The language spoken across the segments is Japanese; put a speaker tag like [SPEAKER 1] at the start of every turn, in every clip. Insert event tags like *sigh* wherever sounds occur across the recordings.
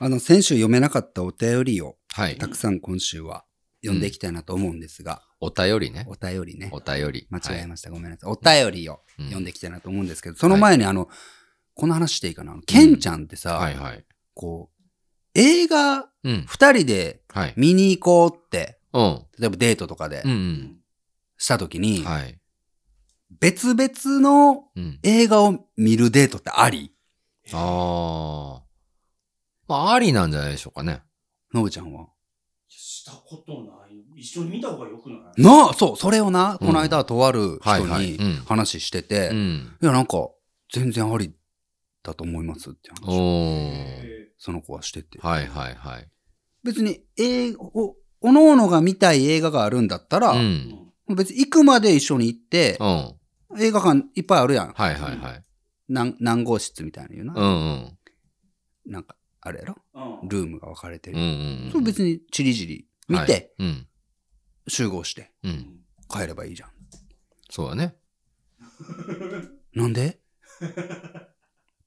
[SPEAKER 1] あの、先週読めなかったお便りを、
[SPEAKER 2] はい
[SPEAKER 1] た。くさん今週は読んでいきたいなと思うんですが、
[SPEAKER 2] お便りね
[SPEAKER 1] お。便りね
[SPEAKER 2] お。便り。
[SPEAKER 1] 間違え
[SPEAKER 2] はい
[SPEAKER 1] ました。ごめんなさい。お便りを
[SPEAKER 2] うん
[SPEAKER 1] 読んでいきたいなと思うんですけど、その前にあの、この話していいかな。あのケンちゃんってさ、
[SPEAKER 2] はいはい。
[SPEAKER 1] こう、映画
[SPEAKER 2] うん。
[SPEAKER 1] 二人で
[SPEAKER 2] はい。
[SPEAKER 1] 見に行こうって、
[SPEAKER 2] うん。
[SPEAKER 1] 例えばデートとかで
[SPEAKER 2] うん
[SPEAKER 1] した時
[SPEAKER 2] う
[SPEAKER 1] に、
[SPEAKER 2] ん。はい。
[SPEAKER 1] 別々の
[SPEAKER 2] うん。
[SPEAKER 1] 映画を見るデートってあり
[SPEAKER 2] ああ。まあ、ありなんじゃないでしょうかね。
[SPEAKER 1] のぶちゃんは。
[SPEAKER 3] したことない。一緒に見た方がよくない
[SPEAKER 1] なあそう、それをな、
[SPEAKER 2] うん
[SPEAKER 1] この間とある
[SPEAKER 2] はい
[SPEAKER 1] 人
[SPEAKER 2] はい。
[SPEAKER 1] に
[SPEAKER 2] うん。
[SPEAKER 1] 話してて、
[SPEAKER 2] う
[SPEAKER 1] い
[SPEAKER 2] ん。
[SPEAKER 1] や、なんか、全然ありだと思いますって
[SPEAKER 2] お
[SPEAKER 1] 話を
[SPEAKER 2] ー
[SPEAKER 3] え
[SPEAKER 1] その子はしてて。
[SPEAKER 2] はいはいはい。
[SPEAKER 1] 別に、映画を、おのおのが見たい映画があるんだったら、
[SPEAKER 2] う。
[SPEAKER 3] ーうんん
[SPEAKER 1] 別に行くまで一緒に行って
[SPEAKER 2] う、ん。
[SPEAKER 1] 映画館いっぱいあるやん。
[SPEAKER 2] はいはいはい。
[SPEAKER 1] 何何号室みたいなの言うな。
[SPEAKER 2] うんうん。
[SPEAKER 1] なんか、あれやろ
[SPEAKER 3] うん
[SPEAKER 1] ルームが分かれて
[SPEAKER 2] うんう
[SPEAKER 1] る。
[SPEAKER 2] んうん。
[SPEAKER 1] そう別にチリジリ見て、
[SPEAKER 2] はい。うん。
[SPEAKER 1] 集合して
[SPEAKER 2] うん。
[SPEAKER 1] 帰ればいいじゃん。
[SPEAKER 2] そうだね。
[SPEAKER 1] なんで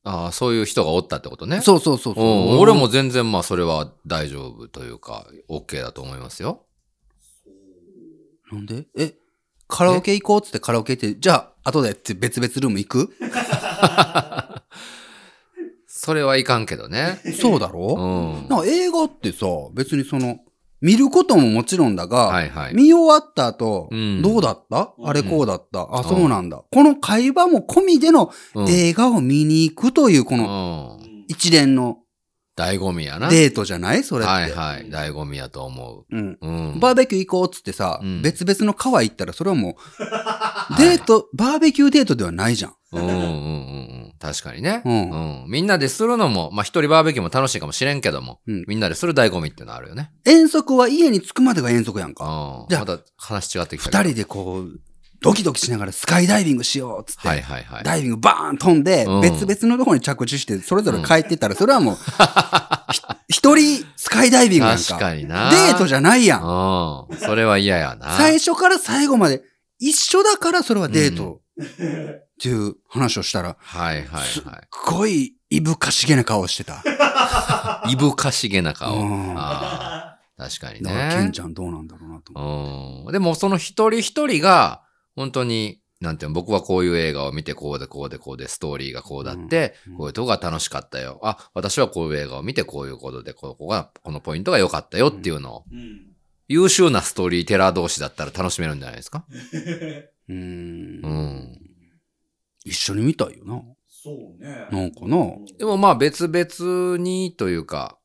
[SPEAKER 2] ああ、そういう人がおったってことね。
[SPEAKER 1] そうそうそうそうう。
[SPEAKER 2] ん。俺も全然まあ、それは大丈夫というか、OK だと思いますよ。
[SPEAKER 1] なんでえカラオケ行こうっつってカラオケ行って、じゃあ、後でって別々ルーム行く
[SPEAKER 2] それはいかんけどね。
[SPEAKER 1] そうだ
[SPEAKER 2] う
[SPEAKER 1] ろ、
[SPEAKER 2] ん。
[SPEAKER 1] なんか映画ってさ、別にその、見ることももちろんだが、
[SPEAKER 2] はいはい。
[SPEAKER 1] 見終わった後、
[SPEAKER 2] うん
[SPEAKER 1] どうだった
[SPEAKER 3] うん
[SPEAKER 1] あれこうだった、あ、
[SPEAKER 2] ん
[SPEAKER 1] そうなんだ。この会話も込みでの
[SPEAKER 2] うん
[SPEAKER 1] 映画を見に行くという、こ
[SPEAKER 2] う
[SPEAKER 1] の
[SPEAKER 2] ん。
[SPEAKER 1] 一連の
[SPEAKER 2] 醍醐味やな。
[SPEAKER 1] デートじゃないそれって。
[SPEAKER 2] はいはい。醍醐味やと思
[SPEAKER 1] うん
[SPEAKER 2] う。うん。
[SPEAKER 1] バーベキュー行こうっつってさ、
[SPEAKER 2] うん
[SPEAKER 1] 別々の川行ったらそれはもう、デート、バーベキューデートではないじゃん。
[SPEAKER 2] うんうんうんうん。確かにね。
[SPEAKER 1] う
[SPEAKER 2] うんん。みんなでするのも、まあ一人バーベキューも楽しいかもしれんけども
[SPEAKER 1] うん、
[SPEAKER 2] みんなでする醍醐味っていうのはあるよね。
[SPEAKER 1] 遠足は家に着くまでが遠足やん
[SPEAKER 2] う
[SPEAKER 1] か。
[SPEAKER 2] ん。
[SPEAKER 1] じゃあ
[SPEAKER 2] また話違ってきたけど。
[SPEAKER 1] 二人でこう、ドキドキしながらスカイダイビングしようっつって、
[SPEAKER 2] はいはいはい。
[SPEAKER 1] ダイビングバーン飛んで、
[SPEAKER 2] うん
[SPEAKER 1] 別々のとこに着地して、それぞれ帰ってったら、それ
[SPEAKER 2] *laughs*
[SPEAKER 1] はもう、ひ一人スカイダイビングなんか。
[SPEAKER 2] 確かにな。
[SPEAKER 1] デートじゃないやん。
[SPEAKER 2] ゃうん。それは嫌やな。
[SPEAKER 1] 最初から最後まで一緒だからそれはデー
[SPEAKER 2] うん
[SPEAKER 1] トっていう話をしたら、
[SPEAKER 2] はいはい
[SPEAKER 1] すっ
[SPEAKER 2] は
[SPEAKER 1] ごいいぶかしげな顔してた。
[SPEAKER 2] い。いぶかしげな顔。
[SPEAKER 1] うん
[SPEAKER 2] ああ。確かに
[SPEAKER 1] だから、ケ
[SPEAKER 2] ね
[SPEAKER 1] ンち。ゃんどうなんだろうなと思
[SPEAKER 2] うん。でもその一人一人が、本当に、なんていうの、僕はこういう映画を見て、こうでこうでこうで、ストーリーがこうだって、
[SPEAKER 1] うん
[SPEAKER 2] こういうとこが楽しかったよ。あ、私はこういう映画を見て、こういうことで、ここが、このポイントが良かったよっていうのを、
[SPEAKER 3] うん。 *laughs*
[SPEAKER 2] 優秀なストーリーテラー同士だったら楽しめるんじゃないですか。
[SPEAKER 1] う。う。
[SPEAKER 2] うんん。
[SPEAKER 1] 一緒に見たいよな。
[SPEAKER 3] そうね。
[SPEAKER 1] なんかな
[SPEAKER 3] うん
[SPEAKER 2] でも、まあ別々にというか、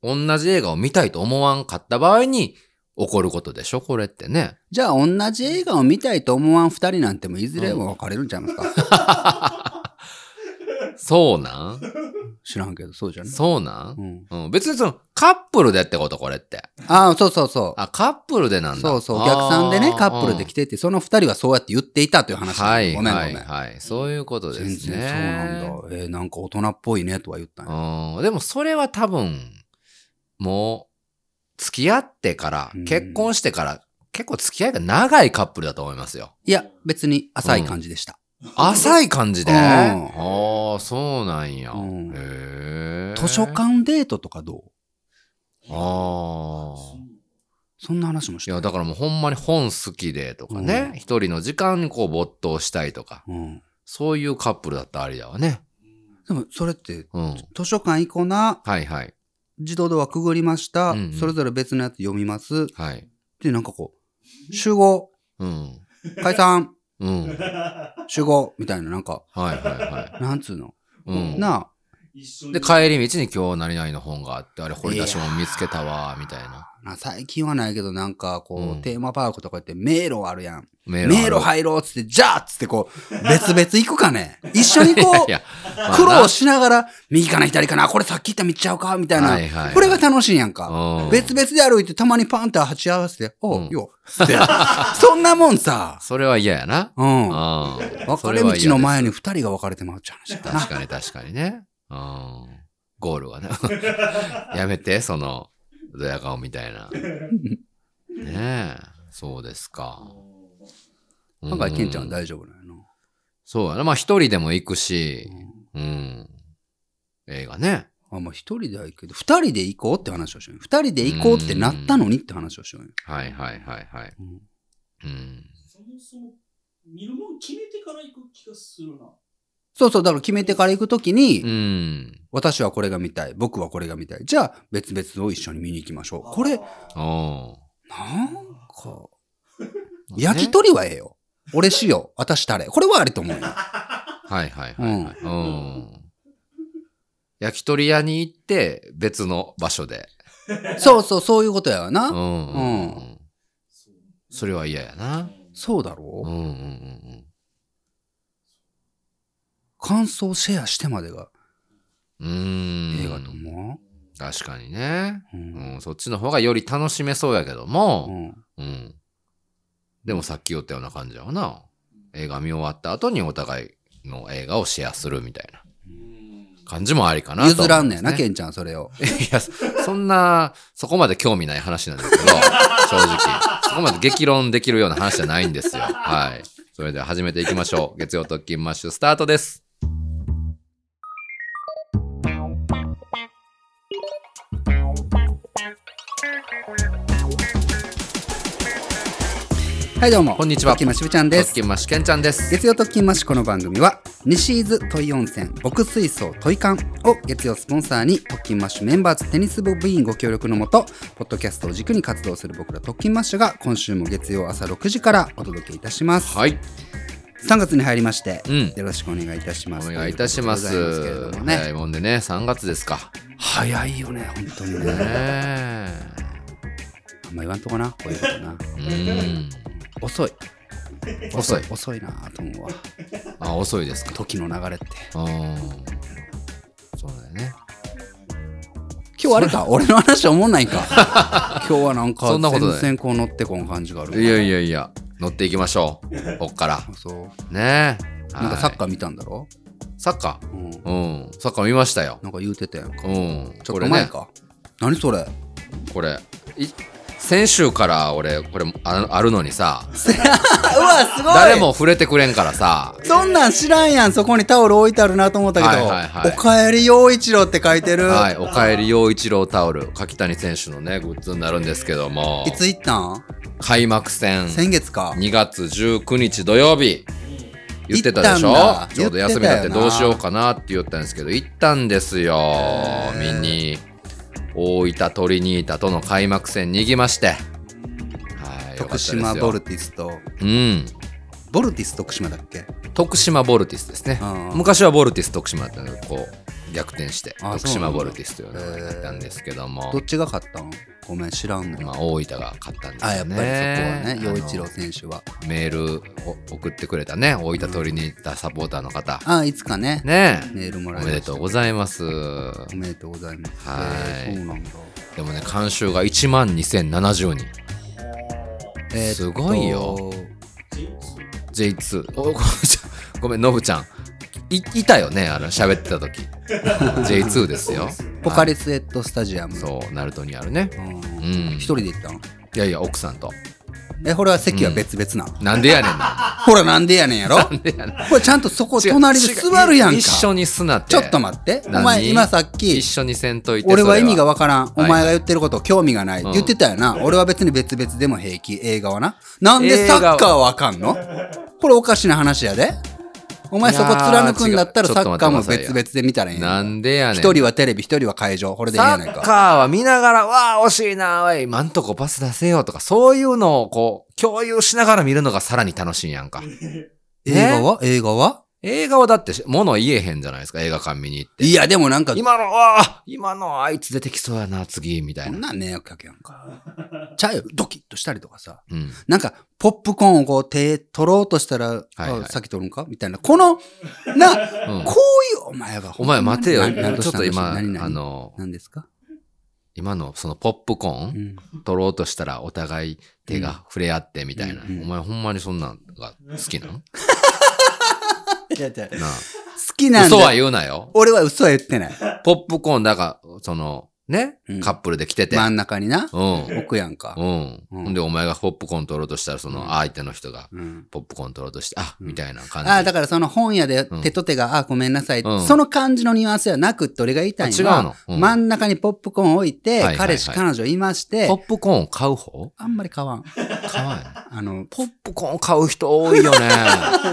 [SPEAKER 2] 同じ映画を見たいと思わんかった場合に起こることでしょこれってね。
[SPEAKER 1] じゃあ同じ映画を見たいと思わん二人なんてもいずれは別れるんちゃいます
[SPEAKER 2] *laughs*
[SPEAKER 1] か
[SPEAKER 2] そうなん
[SPEAKER 1] 知らんけど、そうじゃない
[SPEAKER 2] そうなん
[SPEAKER 1] うん。
[SPEAKER 2] うん、別にそのカップルでってことこれって。
[SPEAKER 1] ああ、そうそうそう。
[SPEAKER 2] あ、カップルでなんだ。
[SPEAKER 1] そうそう、お客さんでね
[SPEAKER 2] あ、ー
[SPEAKER 1] カップルで来てて、その二人はそうやって言っていたという
[SPEAKER 2] うん
[SPEAKER 1] 話。
[SPEAKER 2] はい、
[SPEAKER 1] ごめんご
[SPEAKER 2] は
[SPEAKER 1] め
[SPEAKER 2] い、
[SPEAKER 1] ん。
[SPEAKER 2] はい。そういうことで
[SPEAKER 1] 全然
[SPEAKER 2] す
[SPEAKER 1] そ
[SPEAKER 2] ね。
[SPEAKER 1] うなんだ。えー、なんか大人っぽいねとは言ったんや
[SPEAKER 2] うん、でもそれは多分、もう、付き合ってから
[SPEAKER 1] うん、
[SPEAKER 2] 結婚してから、結構付き合いが長いカップルだと思いますよ。
[SPEAKER 1] いや、別に浅い感じでした。
[SPEAKER 2] 浅い感じで。
[SPEAKER 1] うん
[SPEAKER 2] ああ、そうなんや。
[SPEAKER 1] うん
[SPEAKER 2] へえ。
[SPEAKER 1] 図書館デートとかどう
[SPEAKER 2] ああ。
[SPEAKER 1] そんな話もし
[SPEAKER 2] い
[SPEAKER 1] て
[SPEAKER 2] や、だからもうほんまに本好きでとかね、
[SPEAKER 1] うん
[SPEAKER 2] 一人の時間にこう没頭したいとか、
[SPEAKER 1] うん。
[SPEAKER 2] そういうカップルだったらありだわね。
[SPEAKER 1] でも、それって、
[SPEAKER 2] うん。
[SPEAKER 1] 図書館行こうな、
[SPEAKER 2] はいはい。
[SPEAKER 1] 自動ドアくぐりました、
[SPEAKER 2] うんうん
[SPEAKER 1] それぞれ別のやつ読みます。
[SPEAKER 2] はい。
[SPEAKER 1] で、なんかこう、集合、
[SPEAKER 2] うん。
[SPEAKER 1] 解
[SPEAKER 2] *laughs*
[SPEAKER 1] 散、
[SPEAKER 2] うん。はい
[SPEAKER 1] 集合、みたいな、なんか、
[SPEAKER 2] はいは
[SPEAKER 1] なんつうの。
[SPEAKER 2] い。うん。
[SPEAKER 1] なあ、
[SPEAKER 3] 一緒に
[SPEAKER 2] で、帰り道に今日何々の本があって、あれ掘り出し物見つけたわ、みたいな。
[SPEAKER 1] な最近はないけど、なんかこう、
[SPEAKER 2] うん
[SPEAKER 1] テーマパークとか行って迷路あるやん。
[SPEAKER 2] 迷
[SPEAKER 1] 迷路
[SPEAKER 2] 入
[SPEAKER 1] 入ろうっつって、じゃあっつってこう、別々行くかね。一緒にこう、
[SPEAKER 2] *laughs* いや、まあな
[SPEAKER 1] 苦労しながら、右かな左かな、これさっき行った道ちゃうかみたいな、
[SPEAKER 2] はいはいはい
[SPEAKER 1] これが楽しいやんか。
[SPEAKER 2] うん
[SPEAKER 1] 別々で歩いて、たまにパンって鉢合わせて、おう、
[SPEAKER 2] うん
[SPEAKER 1] よっつって、 *laughs* そんなもんさ、
[SPEAKER 2] それは嫌やな。
[SPEAKER 1] うん。
[SPEAKER 2] うん。
[SPEAKER 1] 分
[SPEAKER 2] そ
[SPEAKER 1] か
[SPEAKER 2] れ
[SPEAKER 1] れ
[SPEAKER 2] は
[SPEAKER 1] 道
[SPEAKER 2] 嫌
[SPEAKER 1] の
[SPEAKER 2] です
[SPEAKER 1] 前に二人が分かれてまうっちゃう話だな
[SPEAKER 2] 確かに確かにね。うん。ゴールはね。 *laughs* やめて、その、ドヤ顔みた
[SPEAKER 1] *laughs*
[SPEAKER 2] いな。ねえ。そうですか。
[SPEAKER 1] なんか、ケンちゃんは
[SPEAKER 2] だ
[SPEAKER 1] 大丈夫なの
[SPEAKER 2] そうやな。まあ、一人でも行くし、うん。映画ね。
[SPEAKER 1] あ、まあ一人では行くけど、二人で行こうって話をしようよ。二人で行こうってなったのにって話をしようよ。
[SPEAKER 2] はいはいはいはい。
[SPEAKER 1] うん
[SPEAKER 2] うん。
[SPEAKER 3] そもそも、見るもん決めてから行く気がするな。
[SPEAKER 1] そうそう、だから決めてから行くときに、
[SPEAKER 2] うん。
[SPEAKER 1] 私はこれが見たい、僕はこれが見たい。じゃあ別々を一緒に見に行きましょう。これ、
[SPEAKER 3] あ
[SPEAKER 2] お
[SPEAKER 1] なんか、
[SPEAKER 2] ー
[SPEAKER 1] 焼き鳥はええよ。俺塩、私タレ。これはあれと思うよ。
[SPEAKER 2] *laughs* はいはいはいはい。うん。焼き鳥屋に行って、別の場所で。
[SPEAKER 1] そうそう、そういうことやわ
[SPEAKER 2] う
[SPEAKER 1] な。
[SPEAKER 2] ん。
[SPEAKER 1] う
[SPEAKER 3] そう
[SPEAKER 2] それは嫌やな。
[SPEAKER 1] そうだ
[SPEAKER 2] うん
[SPEAKER 1] ろう
[SPEAKER 2] うんうんうん。
[SPEAKER 1] 感想シェアしてまでが
[SPEAKER 2] うーん。
[SPEAKER 1] 映画と思
[SPEAKER 2] 確かにね。
[SPEAKER 1] う。う。
[SPEAKER 2] うんん、そっちの方がより楽しめそうやけども、
[SPEAKER 1] うん
[SPEAKER 2] うん。でもさっき言ったような感じやわな。映画見終わった後にお互いの映画をシェアするみたいな
[SPEAKER 3] うん
[SPEAKER 2] 感じもありかなと思
[SPEAKER 1] 譲らん
[SPEAKER 2] で
[SPEAKER 1] ね
[SPEAKER 2] す
[SPEAKER 1] んな、ケンちゃん、それを。
[SPEAKER 2] いや、そそんな、そこまで興味ない話なんですけど、正直。そこまで激論できるような話じゃないんですよ。はい。それでは始めていきましょう。月曜特勤マッシュスタートです。
[SPEAKER 1] はい、どうも。
[SPEAKER 2] こんにちは
[SPEAKER 1] 特勤マッシュブちゃんです。
[SPEAKER 2] 特勤マッシュケンちゃんです。
[SPEAKER 1] 月曜特勤マッシュこの番組は西伊豆トイ温泉牧水槽トイ館を月曜スポンサーに特勤マッシュメンバーズテニス部部員ご協力のもとポッドキャストを軸に活動する僕ら特勤マッシュが今週も月曜朝6時からお届けいたします、
[SPEAKER 2] はい。
[SPEAKER 1] 3月に入りまして、
[SPEAKER 2] うん
[SPEAKER 1] よろしくお願いいたしま
[SPEAKER 2] お
[SPEAKER 1] す
[SPEAKER 2] 願いいたします。
[SPEAKER 1] ということでございますけれどもね、
[SPEAKER 2] 早いもんでね、3月ですか。
[SPEAKER 1] 早いよね本当に
[SPEAKER 2] ね *laughs*
[SPEAKER 1] ね
[SPEAKER 2] え。
[SPEAKER 1] あんま言わんとこなこういうことな
[SPEAKER 2] うん。
[SPEAKER 1] 遅い
[SPEAKER 2] 遅い
[SPEAKER 1] 遅いなぁと思うわ
[SPEAKER 2] あ、遅いですか。
[SPEAKER 1] 時の流れって
[SPEAKER 2] うん。そうだよね。
[SPEAKER 1] 今日あれか俺の話思んないんか
[SPEAKER 2] *laughs*
[SPEAKER 1] 今日はなんか
[SPEAKER 2] そんなことない
[SPEAKER 1] 全然こう乗ってこん感じがある
[SPEAKER 2] いやいやいや、乗っていきましょ
[SPEAKER 1] *laughs*
[SPEAKER 2] う。こっから。
[SPEAKER 1] そう
[SPEAKER 2] ねえ。
[SPEAKER 1] なんかサッカ
[SPEAKER 2] ー。
[SPEAKER 1] ー見たんだろ、
[SPEAKER 2] サッカ
[SPEAKER 1] うん、
[SPEAKER 2] ーうん。サッカー見ましたよ。
[SPEAKER 1] なんか言うてたやんか
[SPEAKER 2] うん。
[SPEAKER 1] ちょ
[SPEAKER 2] こ
[SPEAKER 1] っ
[SPEAKER 2] れ
[SPEAKER 1] と
[SPEAKER 2] ね
[SPEAKER 1] 前、か、何それ
[SPEAKER 2] これ。い先週から俺、これああるのにさ、
[SPEAKER 1] うわすごい
[SPEAKER 2] 誰も触れてくれんからさ、
[SPEAKER 1] そんなん知らんやんそこにタオル置いてあるなと思ったけど「
[SPEAKER 2] はいはいはい
[SPEAKER 1] おかえり陽一郎」って書いてる、
[SPEAKER 2] はい、おかえり陽一郎タオル、柿谷選手のね、グッズになるんですけども
[SPEAKER 1] い、つ行ったん
[SPEAKER 2] 開幕戦、
[SPEAKER 1] 先月か
[SPEAKER 2] 2月19日土曜日、言ってたでし
[SPEAKER 1] 行った
[SPEAKER 2] ょ
[SPEAKER 1] んだ
[SPEAKER 2] ちょうど休みだって
[SPEAKER 1] 言ってたよな
[SPEAKER 2] どうしようかなって言ったんですけど、行ったんですよ、見に。大分トリニータとの開幕戦に行きまして、はい、よかったで
[SPEAKER 1] 徳
[SPEAKER 2] すよ
[SPEAKER 1] 島ボルティスと
[SPEAKER 2] うん。
[SPEAKER 1] ボルティス徳島だっけ
[SPEAKER 2] 徳島ボルティスですね
[SPEAKER 1] あ。あ
[SPEAKER 2] 昔はボルティス徳島だったのがこう逆転して
[SPEAKER 1] あ
[SPEAKER 2] 徳
[SPEAKER 1] そうな
[SPEAKER 2] 島
[SPEAKER 1] んだ
[SPEAKER 2] ボルティスという名前になったんですけども
[SPEAKER 1] どっ、ちが勝ったんごめん知らんのよ、
[SPEAKER 2] まあ、大分が勝ったんです
[SPEAKER 1] あや
[SPEAKER 2] よ
[SPEAKER 1] っぱり
[SPEAKER 2] ね。
[SPEAKER 1] そこはね
[SPEAKER 2] あ
[SPEAKER 1] 陽
[SPEAKER 2] の
[SPEAKER 1] 一郎選手は
[SPEAKER 2] メールを送ってくれたね、大分取りに行ったサポーターの方。
[SPEAKER 1] あいつかね
[SPEAKER 2] ねえ
[SPEAKER 1] メールも
[SPEAKER 2] お
[SPEAKER 1] らい
[SPEAKER 2] め
[SPEAKER 1] ま
[SPEAKER 2] で
[SPEAKER 1] した
[SPEAKER 2] とうございます。
[SPEAKER 1] おめでとうございます
[SPEAKER 2] はい
[SPEAKER 1] えーそうなんだ
[SPEAKER 2] でもね、監修が1万2070人。
[SPEAKER 1] えーっと
[SPEAKER 2] すごいよ J2。おごめんごめん、ノブちゃん。いいたよね、あの、喋ってた時。J2
[SPEAKER 1] *laughs*
[SPEAKER 2] ですよ。
[SPEAKER 1] ポカリスエットスタジアム
[SPEAKER 2] そう、ナルトにあるね。
[SPEAKER 1] うん
[SPEAKER 2] うん
[SPEAKER 1] 一人で行ったの
[SPEAKER 2] いやいや、奥さんと。
[SPEAKER 1] えこれは席は別々なの、
[SPEAKER 2] なんでやねんな。
[SPEAKER 1] ほらなんでやねんや
[SPEAKER 2] *laughs*
[SPEAKER 1] ろ *laughs* これちゃんとそこ隣で座るやんか
[SPEAKER 2] 一緒にすなって。
[SPEAKER 1] ちょっと待ってお
[SPEAKER 2] 何
[SPEAKER 1] 前今さっき
[SPEAKER 2] 一緒にせんといて。
[SPEAKER 1] 俺は意味が
[SPEAKER 2] わ
[SPEAKER 1] わからんお前が言ってること興味がない、
[SPEAKER 2] うん
[SPEAKER 1] 言ってたよな俺は別に別々でも平気映画はななんでサッカーはわかんのこれおかしな話やでお前そこ貫くんだったら
[SPEAKER 2] いやー違う
[SPEAKER 1] サッカーも
[SPEAKER 2] ちょっと待って
[SPEAKER 1] 別々で見たらええ
[SPEAKER 2] なんんでやねん。
[SPEAKER 1] 一人はテレビ一人は会場これでいいや
[SPEAKER 2] サ
[SPEAKER 1] ない
[SPEAKER 2] ッ
[SPEAKER 1] か
[SPEAKER 2] カーは見ながら、わあ、惜しいな、おい、今んとこパス出せよとか、そういうのをこう、共有しながら見るのがさらに楽しいやんか。
[SPEAKER 1] 映画は映画は
[SPEAKER 2] 映画はだって、物言えへんじゃないですか、映画館見に行って。
[SPEAKER 1] いやでもなんか
[SPEAKER 2] 今の、わあ、今のあいつ出てきそうやな、次、みた
[SPEAKER 1] こ
[SPEAKER 2] い
[SPEAKER 1] ん
[SPEAKER 2] な。
[SPEAKER 1] なん迷惑かけやんか。ちゃうよ、ドキッとしたりとかさ。
[SPEAKER 2] うん。
[SPEAKER 1] なんか、ポップコーンをこう手取ろうとしたら、
[SPEAKER 2] はいはい
[SPEAKER 1] あさっき取るんかみたいな。この、な、
[SPEAKER 2] うん
[SPEAKER 1] こういう、お前が。
[SPEAKER 2] お前待てよ
[SPEAKER 1] なな、
[SPEAKER 2] ちょっと今、あ
[SPEAKER 1] 何何
[SPEAKER 2] の、
[SPEAKER 1] 何ですか
[SPEAKER 2] 今のそのポップコー
[SPEAKER 1] う
[SPEAKER 2] ン
[SPEAKER 1] ん。
[SPEAKER 2] 取ろうとしたらお互い手が触れ合ってみたいな。
[SPEAKER 1] うんうん
[SPEAKER 2] お前ほんまにそんなんが好きなん
[SPEAKER 1] いやい *laughs* や好き
[SPEAKER 2] なあ
[SPEAKER 1] なん
[SPEAKER 2] 嘘は
[SPEAKER 1] だ。
[SPEAKER 2] 言うなよ。
[SPEAKER 1] 俺は嘘は言ってない。
[SPEAKER 2] ポップコーンだが、その、ね、
[SPEAKER 1] うん
[SPEAKER 2] カップルで来てて。
[SPEAKER 1] 真ん中にな、
[SPEAKER 2] うん。
[SPEAKER 1] 置くやんか
[SPEAKER 2] う。ん。
[SPEAKER 1] うん
[SPEAKER 2] ほんで、お前がポップコーン取ろうとしたら、その相手の人が
[SPEAKER 1] うん。
[SPEAKER 2] ポップコーン取ろうとして、あ、
[SPEAKER 1] うん
[SPEAKER 2] みたいな感じ。
[SPEAKER 1] ああ、だからその本屋で
[SPEAKER 2] うん
[SPEAKER 1] 手と手が、ああ、ごめんなさい、
[SPEAKER 2] うん
[SPEAKER 1] その感じのニュアンスではなくって、俺が言いたいの
[SPEAKER 2] あ
[SPEAKER 1] は、
[SPEAKER 2] 違うのうん
[SPEAKER 1] 真ん中にポップコーン置いて、
[SPEAKER 2] はいはいはい
[SPEAKER 1] 彼氏、彼女いまして
[SPEAKER 2] ポッ、プコーンを買う方
[SPEAKER 1] あんまり買わん。
[SPEAKER 2] 買わない。
[SPEAKER 1] あの、
[SPEAKER 2] ポップコーン買う人多いよね。 *laughs* あ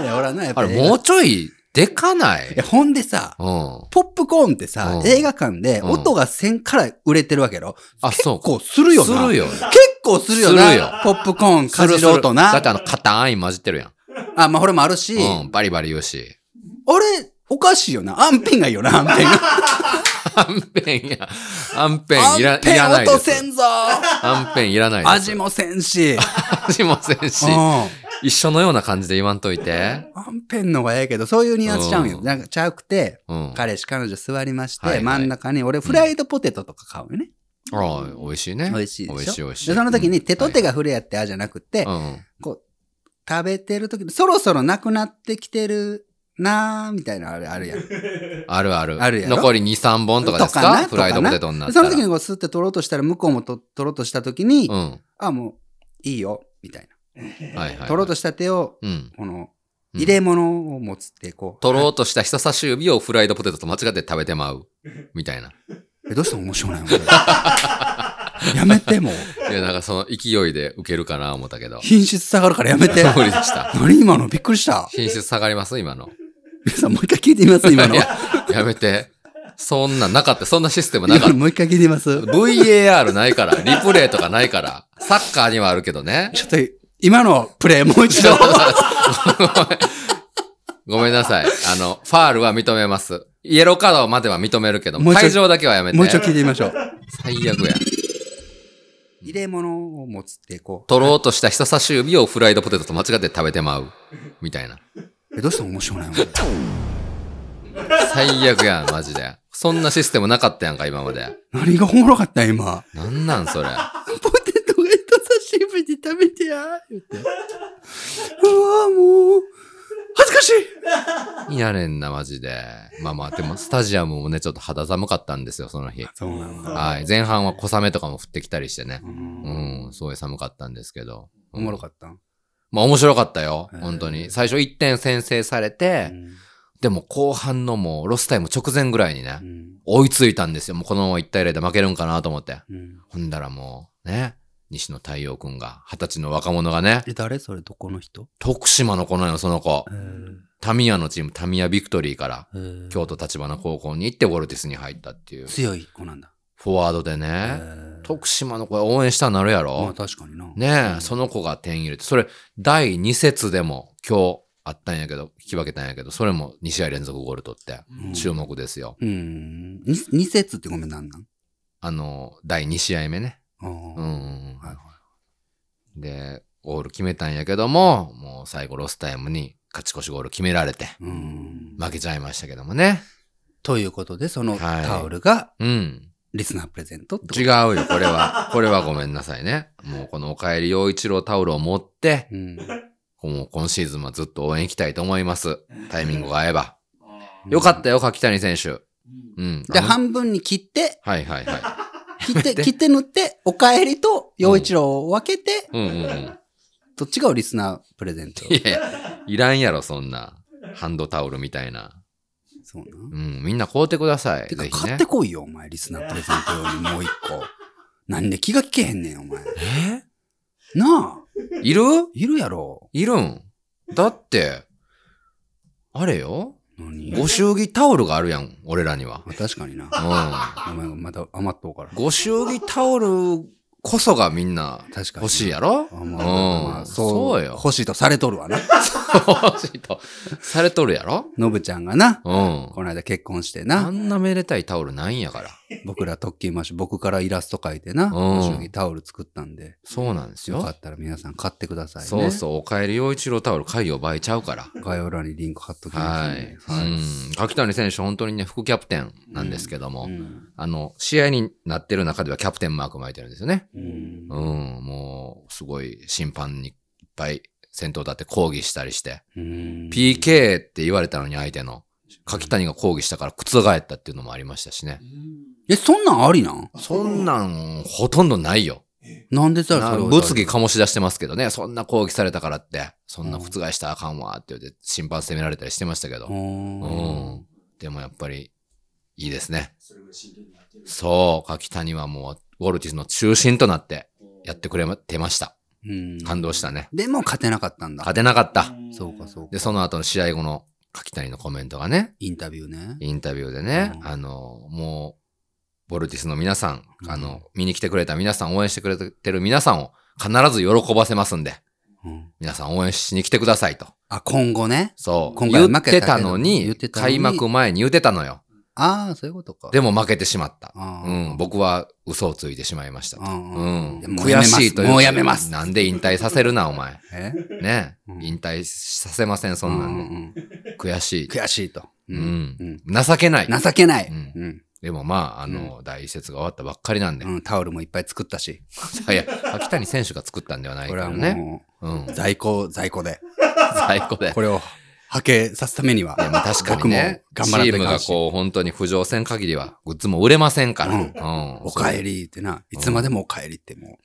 [SPEAKER 1] *laughs* いや俺はな、やっぱり
[SPEAKER 2] れ、
[SPEAKER 1] 映画。
[SPEAKER 2] も
[SPEAKER 1] いう
[SPEAKER 2] ちょい、でかない
[SPEAKER 1] や、ほんでさ、
[SPEAKER 2] うん。あ、
[SPEAKER 1] ポップコーンってさ
[SPEAKER 2] う、ん
[SPEAKER 1] 映画館で
[SPEAKER 2] うん
[SPEAKER 1] 音がせんから売れてるわけやろ。
[SPEAKER 2] そう
[SPEAKER 1] 結
[SPEAKER 2] か。
[SPEAKER 1] 構するよ
[SPEAKER 2] す
[SPEAKER 1] な。
[SPEAKER 2] るよ。
[SPEAKER 1] 結構するよな。
[SPEAKER 2] するよ
[SPEAKER 1] ポップコーンかじる音
[SPEAKER 2] だ
[SPEAKER 1] な
[SPEAKER 2] って。あの、硬い混じってるやん。
[SPEAKER 1] あ、まあ、これもあるし、
[SPEAKER 2] うん、バリバリ言うし。 *laughs*
[SPEAKER 1] あれ、おかしいよな。アンペンがいいよな、アンペンが。
[SPEAKER 2] アンペンや、アンペ
[SPEAKER 1] ア
[SPEAKER 2] ンいら
[SPEAKER 1] ン
[SPEAKER 2] い
[SPEAKER 1] ペン
[SPEAKER 2] らないで
[SPEAKER 1] 音
[SPEAKER 2] す。
[SPEAKER 1] せん
[SPEAKER 2] *laughs*
[SPEAKER 1] ぞ。
[SPEAKER 2] アンペンいらないです。
[SPEAKER 1] 味もせんし。
[SPEAKER 2] *laughs* 味もせんし
[SPEAKER 1] う、ん
[SPEAKER 2] 一緒のような感じで言わんといて。
[SPEAKER 1] アンペンの方がええけど、そういうニュアンスちゃうんよ。
[SPEAKER 2] うん
[SPEAKER 1] なんかちゃうくて、
[SPEAKER 2] うん。
[SPEAKER 1] 彼氏彼女座りまして、
[SPEAKER 2] はいはい
[SPEAKER 1] 真ん中に俺フライドポテトとか買うよね。
[SPEAKER 2] ああ、美味しいね。
[SPEAKER 1] 美味しいでしょ
[SPEAKER 2] 美味しい美味しい。
[SPEAKER 1] で、その時に手と手が
[SPEAKER 2] が、
[SPEAKER 1] 触れ合ってあじゃなくて、
[SPEAKER 2] はいうん。
[SPEAKER 1] こう、食べてる時に、そろそろなくなってきてるなーみたいなのあるあるやん。
[SPEAKER 2] あるある。
[SPEAKER 1] あるやろ
[SPEAKER 2] 残り2、3本とかです
[SPEAKER 1] とか
[SPEAKER 2] か
[SPEAKER 1] な
[SPEAKER 2] フライドポテトになっ
[SPEAKER 1] で
[SPEAKER 2] た
[SPEAKER 1] そ
[SPEAKER 2] ら。
[SPEAKER 1] の時にこうスッて取ろうとしたら、向こうもと取ろうとした時に、
[SPEAKER 2] うん。
[SPEAKER 1] あ、もういいよ、みたい
[SPEAKER 2] はいはいは
[SPEAKER 1] な。
[SPEAKER 2] い。
[SPEAKER 1] 取ろうとした手を、
[SPEAKER 2] うん。
[SPEAKER 1] この、
[SPEAKER 2] うん
[SPEAKER 1] 入れ物を持つって、こう。
[SPEAKER 2] 取ろうとした人差し指をフライドポテトと間違って食べて
[SPEAKER 1] *laughs*
[SPEAKER 2] まう。みたいな。
[SPEAKER 1] え、どうしても面白ないのこ
[SPEAKER 2] *laughs*
[SPEAKER 1] れやめて、もう。
[SPEAKER 2] いや、なんかその勢いで受けるかな思った
[SPEAKER 1] *laughs*
[SPEAKER 2] けど。
[SPEAKER 1] 品質下がるからやめて。
[SPEAKER 2] 無理でした。
[SPEAKER 1] 何今のびっくりした。
[SPEAKER 2] 品質下がります今の。
[SPEAKER 1] 皆さんもう一回聞いてみます今の
[SPEAKER 2] い。や、やめて。そんなんなかった。そんなシステムな
[SPEAKER 1] 今
[SPEAKER 2] か
[SPEAKER 1] の
[SPEAKER 2] っ
[SPEAKER 1] *laughs*
[SPEAKER 2] た。
[SPEAKER 1] もう一回聞いてみます。
[SPEAKER 2] VAR ないから、リプレイとかないから、サッカーにはあるけどね。 *laughs*
[SPEAKER 1] ちょっと、今のプレイもう一度。 *laughs*
[SPEAKER 2] ごめんなさい。あの、ファールは認めます。イエローカードまでは認めるけど、
[SPEAKER 1] もうちょい
[SPEAKER 2] 退場だけはやめて。
[SPEAKER 1] もう一度聞いてみましょう。
[SPEAKER 2] 最悪や。
[SPEAKER 1] 入れ物を持つって、こ
[SPEAKER 2] 取ろうとした人差し指をフライドポテトと間違って食べてまう。みたいな。
[SPEAKER 1] う。え、どうしても面白ないのこれ
[SPEAKER 2] 最悪やん、マジで。そんなシステムなかったやんか、今まで。
[SPEAKER 1] 何がおもろかった今。
[SPEAKER 2] なんなん、それ。
[SPEAKER 1] *laughs* ポテトが人差し指で食べてや言って。うわぁ、もう、恥ずかしい
[SPEAKER 2] やれんな、マジで。まあまあ、でも、スタジアムもね、ちょっと肌寒かったんですよ、その日。
[SPEAKER 1] そうなんだ。
[SPEAKER 2] はい。前半は小雨とかも降ってきたりしてね。
[SPEAKER 1] うん
[SPEAKER 2] うん、すごい寒かったんですけど。
[SPEAKER 1] おもろか
[SPEAKER 2] った。
[SPEAKER 1] ったん
[SPEAKER 2] まあ面白かったよ
[SPEAKER 1] へー。
[SPEAKER 2] 本当に。最初1点先制されて、でも後半のもうロスタイム直前ぐらいにね
[SPEAKER 1] う、ん
[SPEAKER 2] 追いついたんですよ。もうこのまま1対0で負けるんかなと思って。
[SPEAKER 1] うん
[SPEAKER 2] ほんだらもう、ね、西野太陽くんが、二十歳の若者がね、
[SPEAKER 1] え、誰それどこの人
[SPEAKER 2] 徳島の子なんよ、その子。タミヤのチーム、タミヤビクトリーから、京
[SPEAKER 1] 日
[SPEAKER 2] 都立花高校に行ってウォルティスに入ったっていう。
[SPEAKER 1] 強い子なんだ。
[SPEAKER 2] フォワードでね、徳島の子応援したらなるやろ。
[SPEAKER 1] まあ確かにな。う
[SPEAKER 2] ねえ、
[SPEAKER 1] ん
[SPEAKER 2] その子が点入れて、それ、第2節でも今日あったんやけど、引き分けたんやけど、それも2試合連続ゴール取って、
[SPEAKER 1] うん
[SPEAKER 2] 注目ですよ。
[SPEAKER 1] うん。に二節ってごめんなんなん
[SPEAKER 2] あの、第2試合目ね。
[SPEAKER 1] あー
[SPEAKER 2] うんうんうん
[SPEAKER 1] はいはい
[SPEAKER 2] で、ゴール決めたんやけども、もう最後ロスタイムに勝ち越しゴール決められて、
[SPEAKER 1] うん
[SPEAKER 2] 負けちゃいましたけどもね。
[SPEAKER 1] ということで、その
[SPEAKER 2] はい
[SPEAKER 1] タオルが
[SPEAKER 2] うん。
[SPEAKER 1] リスナープレゼントってこと
[SPEAKER 2] 違うよ、こ
[SPEAKER 1] *laughs*
[SPEAKER 2] れは。これはごめんなさいね。もうこのおかえり陽一郎タオルを持って、
[SPEAKER 1] うん。
[SPEAKER 2] もう今シーズンはずっと応援行きたいと思います。タイミングが合えば。
[SPEAKER 1] うん
[SPEAKER 2] よかったよ、柿谷選手。うん。
[SPEAKER 1] で、
[SPEAKER 2] あの
[SPEAKER 1] 半分に切って、
[SPEAKER 2] はいはいは
[SPEAKER 1] 切って、切って塗って、おかえりと、陽一郎を分けて、
[SPEAKER 2] い。うんうんうん。
[SPEAKER 1] どっちがリスナープレゼント。
[SPEAKER 2] いやいや、いらんやろ、そんな。ハンドタオルみたいな。
[SPEAKER 1] そうな。
[SPEAKER 2] うん、みんな買うてください。
[SPEAKER 1] てか
[SPEAKER 2] ぜ、ひ
[SPEAKER 1] 買
[SPEAKER 2] ね
[SPEAKER 1] って。こいよ、お前、リスナープレゼント用にもう一個。なんで気が利けへんねん、お前。なあ、
[SPEAKER 2] いる
[SPEAKER 1] いるやろ。
[SPEAKER 2] いるんだって、あれよ
[SPEAKER 1] 何
[SPEAKER 2] ご祝儀タオルがあるやん、俺らには。
[SPEAKER 1] あ確かにな。
[SPEAKER 2] う
[SPEAKER 1] お前がまた余っとうから
[SPEAKER 2] ん。。ご祝儀タオルこそがみんな
[SPEAKER 1] 確かに。
[SPEAKER 2] 欲しいやろ
[SPEAKER 1] あ
[SPEAKER 2] う
[SPEAKER 1] まあ
[SPEAKER 2] ん
[SPEAKER 1] まあまあ。
[SPEAKER 2] そうよ。
[SPEAKER 1] 欲しいとされとるわな。
[SPEAKER 2] 欲しいと。されとるやろ
[SPEAKER 1] のぶちゃんがな、
[SPEAKER 2] うん。
[SPEAKER 1] この間結婚して
[SPEAKER 2] あ
[SPEAKER 1] な、
[SPEAKER 2] んなめでたいタオルないんやから。
[SPEAKER 1] 僕ら特急マッシュ、僕からイラスト描いてな、
[SPEAKER 2] うん
[SPEAKER 1] ご祝儀タオル作ったんで、
[SPEAKER 2] そうなんですよ。
[SPEAKER 1] よかったら皆さん買ってくださいね。
[SPEAKER 2] そうそう、おかえり陽一郎タオル、海洋倍ちゃうから。
[SPEAKER 1] う。概要欄にリンク貼っときま
[SPEAKER 2] は
[SPEAKER 1] すん
[SPEAKER 2] い
[SPEAKER 1] で。。
[SPEAKER 2] うん。柿谷選手、本当にね、副キャプテンなんですけども、
[SPEAKER 1] うん
[SPEAKER 2] あの、試合になってる中ではキャプテンマーク巻いてるんですよね。
[SPEAKER 1] うん
[SPEAKER 2] うん、もう、すごい審判にいっぱい先頭立って抗議したりして、
[SPEAKER 1] うん
[SPEAKER 2] PK って言われたのに相手の、柿谷が抗議したから覆ったっていうのもありましたしね。
[SPEAKER 1] え、そんなんありなん
[SPEAKER 2] そんなん、ほとんどないよ。
[SPEAKER 1] なんでさ、そ
[SPEAKER 2] な
[SPEAKER 1] れを
[SPEAKER 2] 物議醸し出してますけどね、そんな抗議されたからって、そんな覆したらあかんわって言って、審判責められたりしてましたけど
[SPEAKER 1] う。
[SPEAKER 2] うんん。でもやっぱり、いいですね。
[SPEAKER 3] それぐらい真剣にやってる。
[SPEAKER 2] そう、柿谷はもう、ウォルティスの中心となってやってくれてました。
[SPEAKER 1] うん。
[SPEAKER 2] 感動したね。
[SPEAKER 1] でも勝てなかったんだ
[SPEAKER 2] 勝。てなかった。
[SPEAKER 3] ん
[SPEAKER 1] そうかそうか。
[SPEAKER 2] で、その後の試合後の柿谷のコメントがね、
[SPEAKER 1] インタビューね。
[SPEAKER 2] インタビューでね、
[SPEAKER 1] うん
[SPEAKER 2] あの、もう、ボルティスの皆さん、
[SPEAKER 1] うん
[SPEAKER 2] あの、見に来てくれた皆さん、応援してくれてる皆さんを必ず喜ばせますんで、
[SPEAKER 1] うん
[SPEAKER 2] 皆さん応援しに来てくださいと。
[SPEAKER 1] あ、今後ね。
[SPEAKER 2] そう。
[SPEAKER 1] 今回は
[SPEAKER 2] 言っ
[SPEAKER 1] 負け
[SPEAKER 2] てたの
[SPEAKER 1] たけど言
[SPEAKER 2] に
[SPEAKER 1] って、たのに
[SPEAKER 2] 開幕前に言ってたのよ。
[SPEAKER 1] ああ、そういうことか。
[SPEAKER 2] でも負けてしまった。
[SPEAKER 1] あ
[SPEAKER 2] う
[SPEAKER 1] ー
[SPEAKER 2] ん、僕は嘘をついてしまいましたと。
[SPEAKER 1] うん
[SPEAKER 2] う
[SPEAKER 1] うん
[SPEAKER 2] ん
[SPEAKER 1] いや、もうや
[SPEAKER 2] 悔
[SPEAKER 1] めます
[SPEAKER 2] しいというか
[SPEAKER 1] もうやめます
[SPEAKER 2] なんで引退させるな、お前。
[SPEAKER 1] え
[SPEAKER 2] ね
[SPEAKER 1] う、ん
[SPEAKER 2] 引退させません、そんなんで。
[SPEAKER 1] うう
[SPEAKER 2] 悔しい。
[SPEAKER 1] 悔しいと。う
[SPEAKER 2] うんん。情けない。
[SPEAKER 1] 情けない。
[SPEAKER 2] うん
[SPEAKER 1] うん
[SPEAKER 2] でもまあ、あの、第一節が終わったばっかり *laughs* なんで。
[SPEAKER 1] うんタオルもいっぱい作ったし。
[SPEAKER 2] いや、秋谷選手が作ったんではない
[SPEAKER 1] こ
[SPEAKER 2] け
[SPEAKER 1] れは
[SPEAKER 2] ど
[SPEAKER 1] もう、
[SPEAKER 2] ね。うん。
[SPEAKER 1] 在庫、在庫
[SPEAKER 2] *laughs*
[SPEAKER 1] で。
[SPEAKER 2] 最高だよ。
[SPEAKER 1] これを波形さすためには。
[SPEAKER 2] いやまあ確かにね、
[SPEAKER 1] 僕も頑張ら
[SPEAKER 2] チ
[SPEAKER 1] なきゃ
[SPEAKER 2] ー
[SPEAKER 1] い
[SPEAKER 2] ム
[SPEAKER 1] かん
[SPEAKER 2] が
[SPEAKER 1] し
[SPEAKER 2] こう、本当に浮上戦限りは、グッズも売れませんから。
[SPEAKER 1] うん
[SPEAKER 2] うん
[SPEAKER 1] おかえ。りってな、いつまでもおかえりってもう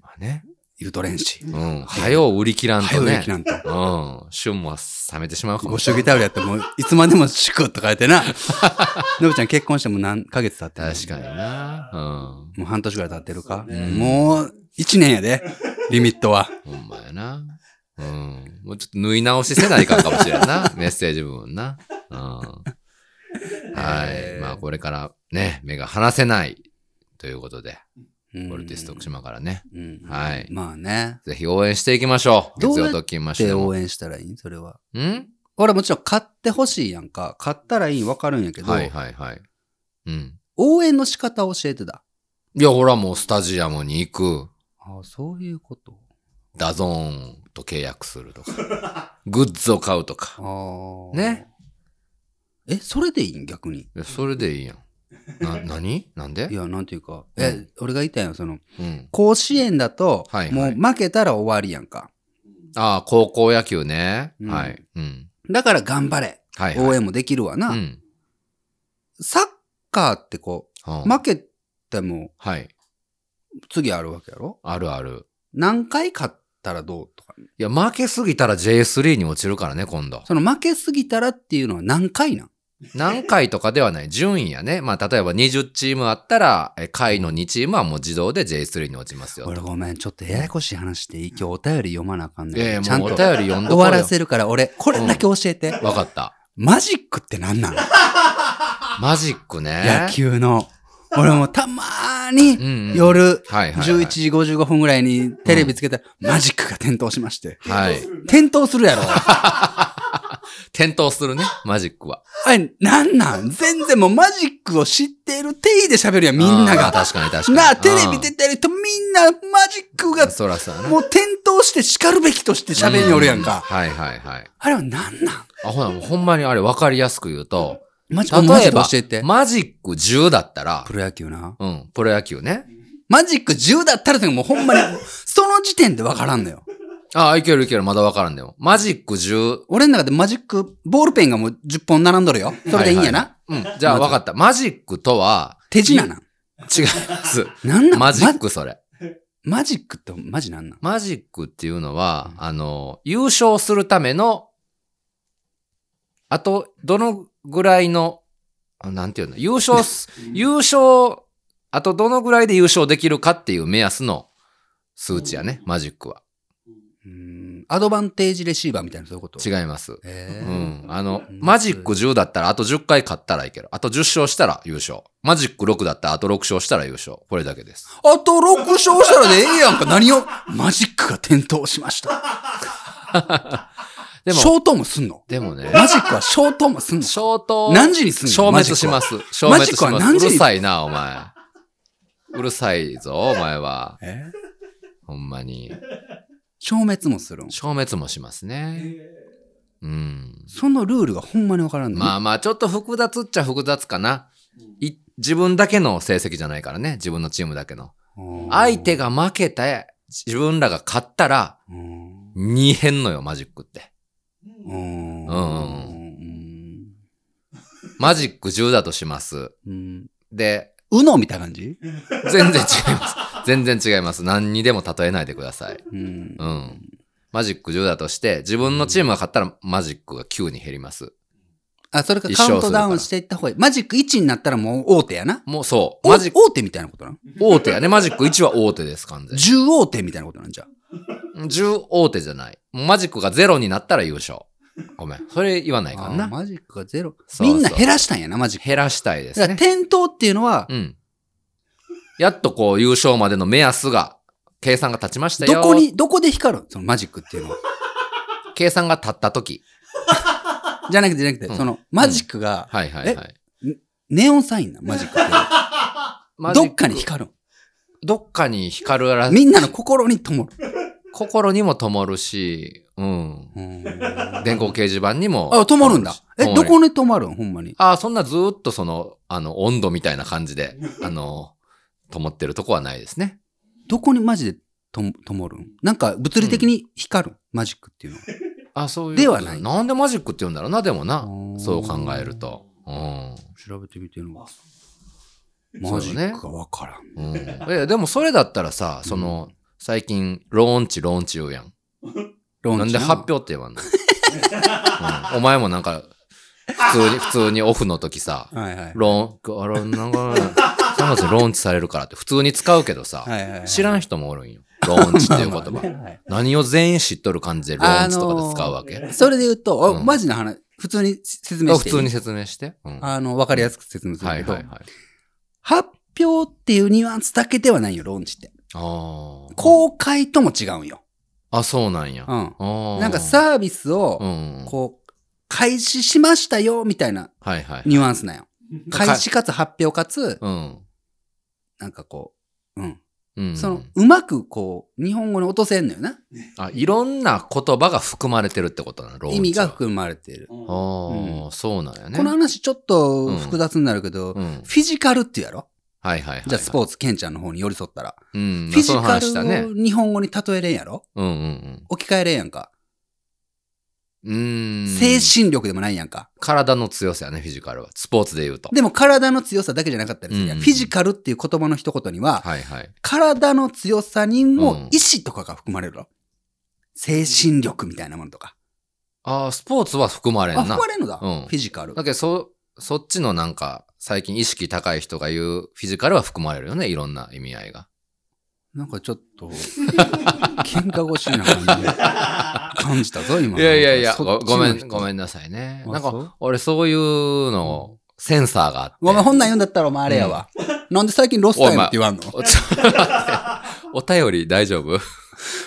[SPEAKER 2] まあね。
[SPEAKER 1] 言うとれんし。
[SPEAKER 2] うん。早う売り切らん
[SPEAKER 1] 早
[SPEAKER 2] と
[SPEAKER 1] 売り
[SPEAKER 2] ね
[SPEAKER 1] き。なんと。
[SPEAKER 2] うん。旬も冷めてしまうか
[SPEAKER 1] ご
[SPEAKER 2] もし
[SPEAKER 1] 祝儀タオルやっても、いつまでも祝とか言って
[SPEAKER 2] *laughs*
[SPEAKER 1] な。のぶちゃん結婚してもう何ヶ月経ってん
[SPEAKER 2] れ
[SPEAKER 1] の
[SPEAKER 2] ない。確かにな。
[SPEAKER 1] もう半年ぐらい経ってるか。
[SPEAKER 3] そう
[SPEAKER 2] ね
[SPEAKER 1] もう、一年やで。リミットは。
[SPEAKER 2] うん。ほんまやな。うん。もうちょっと縫い直しせないかんかもしれん
[SPEAKER 1] *laughs*
[SPEAKER 2] な。メッセージ部分な。うん。はい。まあこれからね、目が離せないという *laughs* ことで、
[SPEAKER 1] うん
[SPEAKER 2] ボルティス徳島からね、
[SPEAKER 1] うん
[SPEAKER 2] はい
[SPEAKER 1] まあね。
[SPEAKER 2] ぜひ応援していきましょう。
[SPEAKER 1] どう
[SPEAKER 2] 月
[SPEAKER 1] やっ
[SPEAKER 2] 曜と金まし
[SPEAKER 1] で、
[SPEAKER 2] ょ
[SPEAKER 1] 応援したらいいんそれは。
[SPEAKER 2] う。ん
[SPEAKER 1] 俺もちろん買ってほしいやんか。買ったらいいんわかるんやけど、
[SPEAKER 2] はいはいはい。うん。
[SPEAKER 1] 応援の仕方を教えてだ。
[SPEAKER 2] いや、ほらもうスタジアムに行く。
[SPEAKER 1] ああ、そういうこと。
[SPEAKER 2] ダゾーンと契約するとか。
[SPEAKER 1] *laughs*
[SPEAKER 2] グッズを買うとか。
[SPEAKER 1] ああ。
[SPEAKER 2] ね。
[SPEAKER 1] え、それでいいん逆に。
[SPEAKER 2] いやそれでいいやん。な、何なんで
[SPEAKER 1] いや、なんていうか。
[SPEAKER 2] うん
[SPEAKER 1] え、俺が言いたいのはその、
[SPEAKER 2] うん。
[SPEAKER 1] 甲子園だと、
[SPEAKER 2] はい
[SPEAKER 1] も
[SPEAKER 2] は
[SPEAKER 1] う
[SPEAKER 2] い
[SPEAKER 1] 負けたら終わりやんか。
[SPEAKER 2] ああ、高校野球ね。
[SPEAKER 1] うん
[SPEAKER 2] はい。うん。
[SPEAKER 1] だから頑張れ。
[SPEAKER 2] はい、はい。
[SPEAKER 1] 応援もできるわな。
[SPEAKER 2] うん。
[SPEAKER 1] サッカーってこ
[SPEAKER 2] は
[SPEAKER 1] う、負けても
[SPEAKER 2] はい。
[SPEAKER 1] 次あるわけやろ
[SPEAKER 2] あるある。
[SPEAKER 1] 何回勝ったらどうとか。
[SPEAKER 2] いや、負けすぎたら J3 に落ちるからね、今度。
[SPEAKER 1] その負けすぎたらっていうのは何回なん
[SPEAKER 2] 何回とかではない。順位やね。まあ、例えば20チームあったら、え下位の2チームはもう自動で J3 に落ちますよ
[SPEAKER 1] 俺
[SPEAKER 2] と。
[SPEAKER 1] ごめん、ちょっとややこしい話していい、今日お便り読まなあかん
[SPEAKER 2] いやい
[SPEAKER 1] ね
[SPEAKER 2] や
[SPEAKER 1] ん。ちゃん
[SPEAKER 2] もう
[SPEAKER 1] と
[SPEAKER 2] お便り
[SPEAKER 1] 終
[SPEAKER 2] 読んどこうよ
[SPEAKER 1] わらせるから、俺、これだけ教えて。
[SPEAKER 2] わかった。
[SPEAKER 1] マジックって何なの
[SPEAKER 2] マジックね。
[SPEAKER 1] 野。球の。俺もたまーに
[SPEAKER 2] うん、うん。。
[SPEAKER 1] 夜
[SPEAKER 2] はいはい、はい。
[SPEAKER 1] 11時55分ぐらいにテレビつけたら、マジックが点灯しまして。
[SPEAKER 2] はい。
[SPEAKER 1] 点灯する
[SPEAKER 2] *laughs*
[SPEAKER 1] やろ。あ
[SPEAKER 2] 転倒するね、マジックは。
[SPEAKER 1] れ、なんなん全然もうマジックを知っている定義で喋るやん、みんな
[SPEAKER 2] あー
[SPEAKER 1] が。
[SPEAKER 2] 確かに確かに。
[SPEAKER 1] なあ、テレビ
[SPEAKER 2] う
[SPEAKER 1] 出
[SPEAKER 2] ん
[SPEAKER 1] てる人みんなマジックが
[SPEAKER 2] そらそうやな
[SPEAKER 1] もう点灯して叱るべきとして喋りよるやん
[SPEAKER 2] う
[SPEAKER 1] か。
[SPEAKER 2] はいはいはい。
[SPEAKER 1] あれはなんなん
[SPEAKER 2] あ、ほな、もうほんまにあれ分かりやすく言うと、
[SPEAKER 1] マジ
[SPEAKER 2] 例
[SPEAKER 1] マジで
[SPEAKER 2] え
[SPEAKER 1] 教
[SPEAKER 2] ば
[SPEAKER 1] えて、。
[SPEAKER 2] マジック10だったら
[SPEAKER 1] プ、ロ野球な。
[SPEAKER 2] うん、プロ野球ね。
[SPEAKER 1] マジック10だったらってもうほんまに、
[SPEAKER 2] *laughs*
[SPEAKER 1] その時点でわからんのよ。
[SPEAKER 2] あ、いけるいける、まだ分からんでも。マジック10。
[SPEAKER 1] 俺の中でマジック、ボールペンがもう10本並んどるよ。それでいいんやな。
[SPEAKER 2] はいはいうん、じゃあ分かった。マジックとは、
[SPEAKER 1] 手品なん。
[SPEAKER 2] 違います。
[SPEAKER 1] *laughs* なんなん
[SPEAKER 2] マジッ
[SPEAKER 1] ま
[SPEAKER 2] クそれ。
[SPEAKER 1] マジックってマジなんなん
[SPEAKER 2] マジックっていうのは、あの、優勝するための、あと、どのぐらいの、あなんていうの、優勝す、優勝、あとどのぐらいで優勝できるかっていう目安の数値やね、マジックは。
[SPEAKER 1] うーんアドバンテージレシーバーみたいなそういうこと
[SPEAKER 2] 違
[SPEAKER 1] う。
[SPEAKER 2] います。う
[SPEAKER 1] えー
[SPEAKER 2] ん。あの、
[SPEAKER 1] うん
[SPEAKER 2] マジック10だったらあと10回勝ったらいける。あと10勝したら優勝。マジック6だったらあと6勝したら優勝。これだけです。
[SPEAKER 1] あと6勝したらでええやん
[SPEAKER 2] *laughs*
[SPEAKER 1] か。何をマジックが点灯しました。
[SPEAKER 2] でも、
[SPEAKER 1] 消灯もすんの
[SPEAKER 2] でもね、
[SPEAKER 1] マジックは消灯もすんの
[SPEAKER 2] 消灯。
[SPEAKER 1] 何時にすんの
[SPEAKER 2] 消
[SPEAKER 1] マ
[SPEAKER 2] 滅
[SPEAKER 1] ジック
[SPEAKER 2] し
[SPEAKER 1] は
[SPEAKER 2] ます。消
[SPEAKER 1] マ
[SPEAKER 2] 滅し
[SPEAKER 1] ジックは
[SPEAKER 2] ます。
[SPEAKER 1] 何
[SPEAKER 2] う
[SPEAKER 1] 時に
[SPEAKER 2] るさいな、お前。うるさいぞ、お前は。
[SPEAKER 1] え
[SPEAKER 2] ほんまに。
[SPEAKER 1] 消滅もするん
[SPEAKER 2] 消滅もしますね。うん。
[SPEAKER 1] そのルールがほんまにわからんの、
[SPEAKER 2] まあまあ、ちょっと複雑っちゃ複雑かな。い自分だけの成績じゃないからね。自分のチームだけの。
[SPEAKER 1] うん
[SPEAKER 2] 相手が負けて、自分らが勝ったら、
[SPEAKER 1] うん
[SPEAKER 2] 2変のよ、マジックって。
[SPEAKER 1] うん
[SPEAKER 2] うんうん
[SPEAKER 1] うん
[SPEAKER 2] マジック10だとします。
[SPEAKER 1] うん。
[SPEAKER 2] で、
[SPEAKER 1] うのみたいな感じ
[SPEAKER 2] 全
[SPEAKER 1] *laughs*
[SPEAKER 2] 然違います。全然違います。何にでも例えないでください。
[SPEAKER 1] うん
[SPEAKER 2] う。ん。マジック10だとして、自分のチームが勝ったらマジックが9に減ります。
[SPEAKER 1] あ、それか
[SPEAKER 2] 一
[SPEAKER 1] カ
[SPEAKER 2] 生
[SPEAKER 1] ウントダウンしていった方がいい。マジック1になったらもう大手やな。
[SPEAKER 2] もうそう。
[SPEAKER 1] マ
[SPEAKER 2] マ
[SPEAKER 1] ジ
[SPEAKER 2] ジ
[SPEAKER 1] ッ
[SPEAKER 2] ッ
[SPEAKER 1] ク
[SPEAKER 2] ク、
[SPEAKER 1] 大手みたいなことなの
[SPEAKER 2] 大手やね。マジック1は大手です、完全
[SPEAKER 1] ?10 大手みたいなことなんじゃ。
[SPEAKER 2] に。10大手じゃない。もうマジックが0になったら優勝。ごめん。それ言わないか
[SPEAKER 1] あー
[SPEAKER 2] な。
[SPEAKER 1] マジックがゼロ。
[SPEAKER 2] そう
[SPEAKER 1] み
[SPEAKER 2] そうん
[SPEAKER 1] な減らしたんやな、マジック。
[SPEAKER 2] 減らしたいで
[SPEAKER 1] だか
[SPEAKER 2] す
[SPEAKER 1] ら
[SPEAKER 2] ね。
[SPEAKER 1] 点灯っていうのは、
[SPEAKER 2] うん。やっとこう優勝までの目安が、計算が立ちました
[SPEAKER 1] ど
[SPEAKER 2] よ。
[SPEAKER 1] こに、どこで光るそのマジックって
[SPEAKER 2] *laughs*
[SPEAKER 1] いうのは。
[SPEAKER 2] 計算が立った時。
[SPEAKER 1] じゃなくて、じゃなくて、
[SPEAKER 2] うん
[SPEAKER 1] そのマジックが、
[SPEAKER 2] はいはいはい。
[SPEAKER 1] ネオンサインな、マジックっていうのは。
[SPEAKER 2] マジッ
[SPEAKER 1] ど
[SPEAKER 2] ク
[SPEAKER 1] っかに光る
[SPEAKER 2] どっかに光るら
[SPEAKER 1] みんなの心に灯る。
[SPEAKER 2] 心にも灯るし、うん。
[SPEAKER 1] うーん
[SPEAKER 2] 電光掲示板にも。
[SPEAKER 1] あ、灯るんだ。え、
[SPEAKER 2] 灯
[SPEAKER 1] ど
[SPEAKER 2] る
[SPEAKER 1] こに灯るんほんまに。
[SPEAKER 2] ああ、そんなずーっとその、あの、温度みたいな感じで、 *laughs* あの、灯ってるとこはないですね。
[SPEAKER 1] どこにマジで灯灯るんなんか物理的に光る、マジックっていうのは。
[SPEAKER 2] あそういう。
[SPEAKER 1] ではない
[SPEAKER 2] なんでマジックって言うんだろうな、でもな
[SPEAKER 1] あー。
[SPEAKER 2] そう考えると。うん。
[SPEAKER 1] 調べてみてるの
[SPEAKER 3] あ。そう
[SPEAKER 1] マジックがわからん。
[SPEAKER 2] うん、えでもそれだったらさ、その、最近、ローンチ、ローンチ言うやん。
[SPEAKER 1] ロ
[SPEAKER 2] な
[SPEAKER 1] ーン
[SPEAKER 2] ん
[SPEAKER 1] チ
[SPEAKER 2] で発表って言わんの、うんお前もなんか、普通に、普通にオフの時さ、
[SPEAKER 1] はいはい。
[SPEAKER 2] ローン、あれ、なんか、3月にローンチされるからって普通に使うけどさ、
[SPEAKER 1] はいはいはい
[SPEAKER 2] 知らん人もおるんよ。ローンチっていう言
[SPEAKER 1] *laughs* まあまあ
[SPEAKER 2] 葉。
[SPEAKER 1] ね
[SPEAKER 2] 何を全員知っとる感じでローンチとかで使うわけ、
[SPEAKER 3] あのー
[SPEAKER 1] それで言うと、あ
[SPEAKER 2] うん
[SPEAKER 1] マジな話、普通に説明
[SPEAKER 2] あ
[SPEAKER 1] して
[SPEAKER 2] 普
[SPEAKER 1] いい。
[SPEAKER 2] 通に説明して。うんは
[SPEAKER 1] あの、わかりやすく説明
[SPEAKER 2] い
[SPEAKER 1] する
[SPEAKER 2] は
[SPEAKER 1] け
[SPEAKER 2] い
[SPEAKER 1] ど、
[SPEAKER 2] はい。
[SPEAKER 1] 発表っていうニュアンスだけではないよ、ローンチって。
[SPEAKER 2] あー
[SPEAKER 1] 公開とも違うんよ。
[SPEAKER 2] あ、そうなんや。
[SPEAKER 1] う
[SPEAKER 2] あ
[SPEAKER 1] ん。
[SPEAKER 2] ー
[SPEAKER 1] なんか、サービス
[SPEAKER 2] う
[SPEAKER 1] を、
[SPEAKER 2] ん、
[SPEAKER 1] こう、開始しましたよ、みたいな
[SPEAKER 2] はいはい。
[SPEAKER 1] ニュアンスなんよ。
[SPEAKER 2] か
[SPEAKER 1] 開始かつ発表かつ、
[SPEAKER 2] うん。
[SPEAKER 1] なんかこう、うん。
[SPEAKER 2] うん、
[SPEAKER 1] その、うまくこう、日本語に落とせんのよな。
[SPEAKER 2] あいろんな言葉が含まれてるってことなのローンチ
[SPEAKER 1] 意味が
[SPEAKER 2] は
[SPEAKER 1] 含まれている。
[SPEAKER 3] うん
[SPEAKER 2] ああ、そうなんやね。
[SPEAKER 1] この話ちょっと
[SPEAKER 2] うん
[SPEAKER 1] 複雑になるけど、
[SPEAKER 2] うん、はい
[SPEAKER 1] フィジカルっていうやろ
[SPEAKER 2] はいはいはい。
[SPEAKER 1] じゃあスポーツ、ケンちゃんの方に寄り添ったら。
[SPEAKER 2] うん、
[SPEAKER 1] フィジ
[SPEAKER 2] その
[SPEAKER 1] カ
[SPEAKER 2] 話だね
[SPEAKER 1] ル。を日本語に例えれんやろ
[SPEAKER 2] うんうん
[SPEAKER 1] 置き換えれんやんか。
[SPEAKER 2] うん。うん。
[SPEAKER 1] 精神力でもないやんか。
[SPEAKER 2] 体の強さやね、フィジカルは。スポーツで言うと。
[SPEAKER 1] でも体の強さだけじゃなかったりするやん。
[SPEAKER 2] うん
[SPEAKER 1] フィジカルっていう言葉の一言には、
[SPEAKER 2] はいはい。
[SPEAKER 1] 体の強さに
[SPEAKER 2] う
[SPEAKER 1] も
[SPEAKER 2] ん
[SPEAKER 1] 意志とかが含まれるの。精神力みたいなものとか。
[SPEAKER 2] ああ、スポーツは含まれん
[SPEAKER 1] あ、
[SPEAKER 2] な。
[SPEAKER 1] 含まれるのだ。フ
[SPEAKER 2] うん
[SPEAKER 1] ィジカル。
[SPEAKER 2] だけど、そ、そっちのなんか、最近意識高い人が言うフィジカルは含まれるよね、いろんな意味合いが。
[SPEAKER 1] なんかちょっと、喧嘩腰な感じが感じたぞ、今。
[SPEAKER 2] いやいやいや、
[SPEAKER 1] そ
[SPEAKER 2] ご
[SPEAKER 1] っち
[SPEAKER 2] ご
[SPEAKER 1] の
[SPEAKER 2] め
[SPEAKER 1] 人
[SPEAKER 2] ん、ごめんなさいね。
[SPEAKER 1] あ
[SPEAKER 2] なん
[SPEAKER 1] そう
[SPEAKER 2] か、俺そういうの、センサーがあって。
[SPEAKER 1] ごめん、本来読んだったらお前あれやわ。なんで最近ロスタイムって言わんの
[SPEAKER 2] お *laughs* ちょっと待ってお便り大丈夫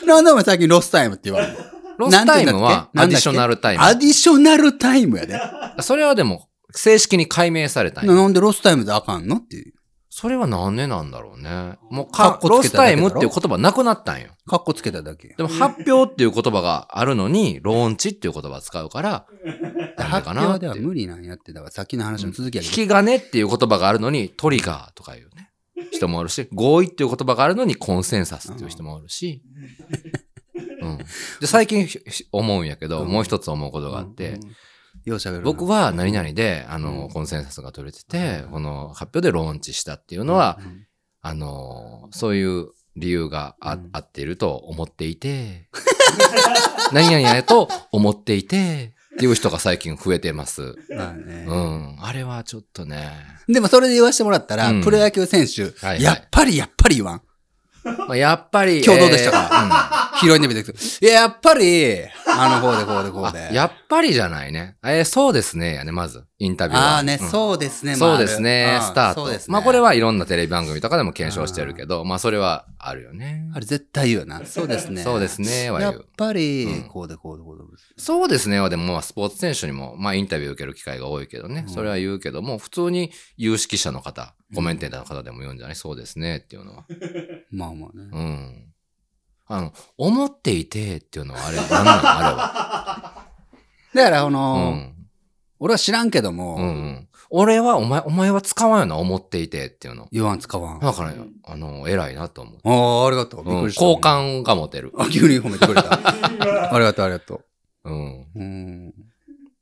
[SPEAKER 1] なんでお前最近ロスタイムって言わんの
[SPEAKER 2] ロスタイムは
[SPEAKER 1] な
[SPEAKER 2] ア
[SPEAKER 1] んだっ
[SPEAKER 2] ディ
[SPEAKER 1] け
[SPEAKER 2] ショナルタイ
[SPEAKER 1] アディショナルタイムやで。
[SPEAKER 2] ム。それはでも正式に解明されたんや
[SPEAKER 1] なんでロスタイムであかんのっていう。
[SPEAKER 2] それは何でなんだろうね。もう
[SPEAKER 1] かっ
[SPEAKER 2] か
[SPEAKER 1] こ
[SPEAKER 2] ロ
[SPEAKER 1] つけ
[SPEAKER 2] ス
[SPEAKER 1] ただ
[SPEAKER 2] タ
[SPEAKER 1] け
[SPEAKER 2] イ
[SPEAKER 1] だろ
[SPEAKER 2] ムっていう言葉なくなったんよ。
[SPEAKER 1] かっこつけただけ。
[SPEAKER 2] でも発表っていう言葉があるのに、ローンチっていう言葉使うから、なんで
[SPEAKER 1] 発
[SPEAKER 2] かなっ
[SPEAKER 1] 表
[SPEAKER 2] て
[SPEAKER 1] では
[SPEAKER 2] いう。
[SPEAKER 1] 無理なんやって、だからさっきの話の続きや
[SPEAKER 2] 引
[SPEAKER 1] けど。
[SPEAKER 2] き金っていう言葉があるのに、トリガーとかいうね、人もおるし、合意っていう言葉があるのに、コンセンサスっていう人もおるし。うん、で最近ひひ思うんやけど、
[SPEAKER 1] うん
[SPEAKER 2] もう一つ思うことがあって、
[SPEAKER 1] うん、ようしゃべるな。
[SPEAKER 2] 僕は何々で、あの、
[SPEAKER 1] うん
[SPEAKER 2] コンセンサスが取れてて、この発表でローンチしたっていうのは、
[SPEAKER 1] うん、
[SPEAKER 2] あの、そういう理由があ,、
[SPEAKER 1] うん
[SPEAKER 2] 合っていると思っていて、 *laughs* 何々やと思っていて、っていう人が最近増えてます。
[SPEAKER 1] まあね
[SPEAKER 2] うん。あれはちょっとね。
[SPEAKER 1] でもそれで言わせてもらったら、
[SPEAKER 2] うん
[SPEAKER 1] プロ野球選手、
[SPEAKER 2] はいはい
[SPEAKER 1] やっぱりやっぱり言わん。
[SPEAKER 2] まあ、やっぱり。
[SPEAKER 1] 今日どうでした
[SPEAKER 2] か、
[SPEAKER 1] 拾いに出てくる。いや、やっぱり、あの、こうでこうで *laughs* こう
[SPEAKER 2] あ
[SPEAKER 1] で。
[SPEAKER 2] やっぱりじゃないね。えーそうですね。やね、まず。インタビューは。
[SPEAKER 1] ああね、
[SPEAKER 2] うん
[SPEAKER 1] そうですね、
[SPEAKER 2] そうですね
[SPEAKER 1] まああ、る
[SPEAKER 2] スタート。
[SPEAKER 1] そうですね
[SPEAKER 2] まあこれ。はいろんなテレビ番組とかでも検証してるけど、まあそれはあるよね。
[SPEAKER 1] あれ絶対言うよな。そうですね。
[SPEAKER 2] そうですねは
[SPEAKER 1] や
[SPEAKER 2] 言
[SPEAKER 1] っ
[SPEAKER 2] う
[SPEAKER 1] ぱり
[SPEAKER 2] う、ん
[SPEAKER 1] こうでこうでこうで。
[SPEAKER 2] そうですねはでもまあスポーツ選手にもまあインタビュー受ける機会が多いけどね、
[SPEAKER 1] うん
[SPEAKER 2] それは言うけども、普通に有識者の方、コメンテーターの方でも言うんじゃない、そうですねってい
[SPEAKER 1] *laughs*
[SPEAKER 2] うのは。
[SPEAKER 1] まあまあね。
[SPEAKER 2] うん。あの、思っていてっていうのはあれ、なんなんあ
[SPEAKER 1] だから、あ *laughs*
[SPEAKER 2] れは。う
[SPEAKER 1] の、
[SPEAKER 2] ん。
[SPEAKER 1] 俺は知らんけども、
[SPEAKER 2] うんうん。俺は、お前、お前は使わんよな、思っていてっていうの。
[SPEAKER 1] 言わん使わん。あ
[SPEAKER 2] だから、あの、偉いなと思う。
[SPEAKER 1] あ、ありがとう。びっ
[SPEAKER 2] う
[SPEAKER 1] く
[SPEAKER 2] ん
[SPEAKER 1] りした。
[SPEAKER 2] 好。感が持てる。
[SPEAKER 1] あ、 *laughs* 急に褒めてくれた。ありがとう、ありがと
[SPEAKER 2] うん。
[SPEAKER 1] う。うん。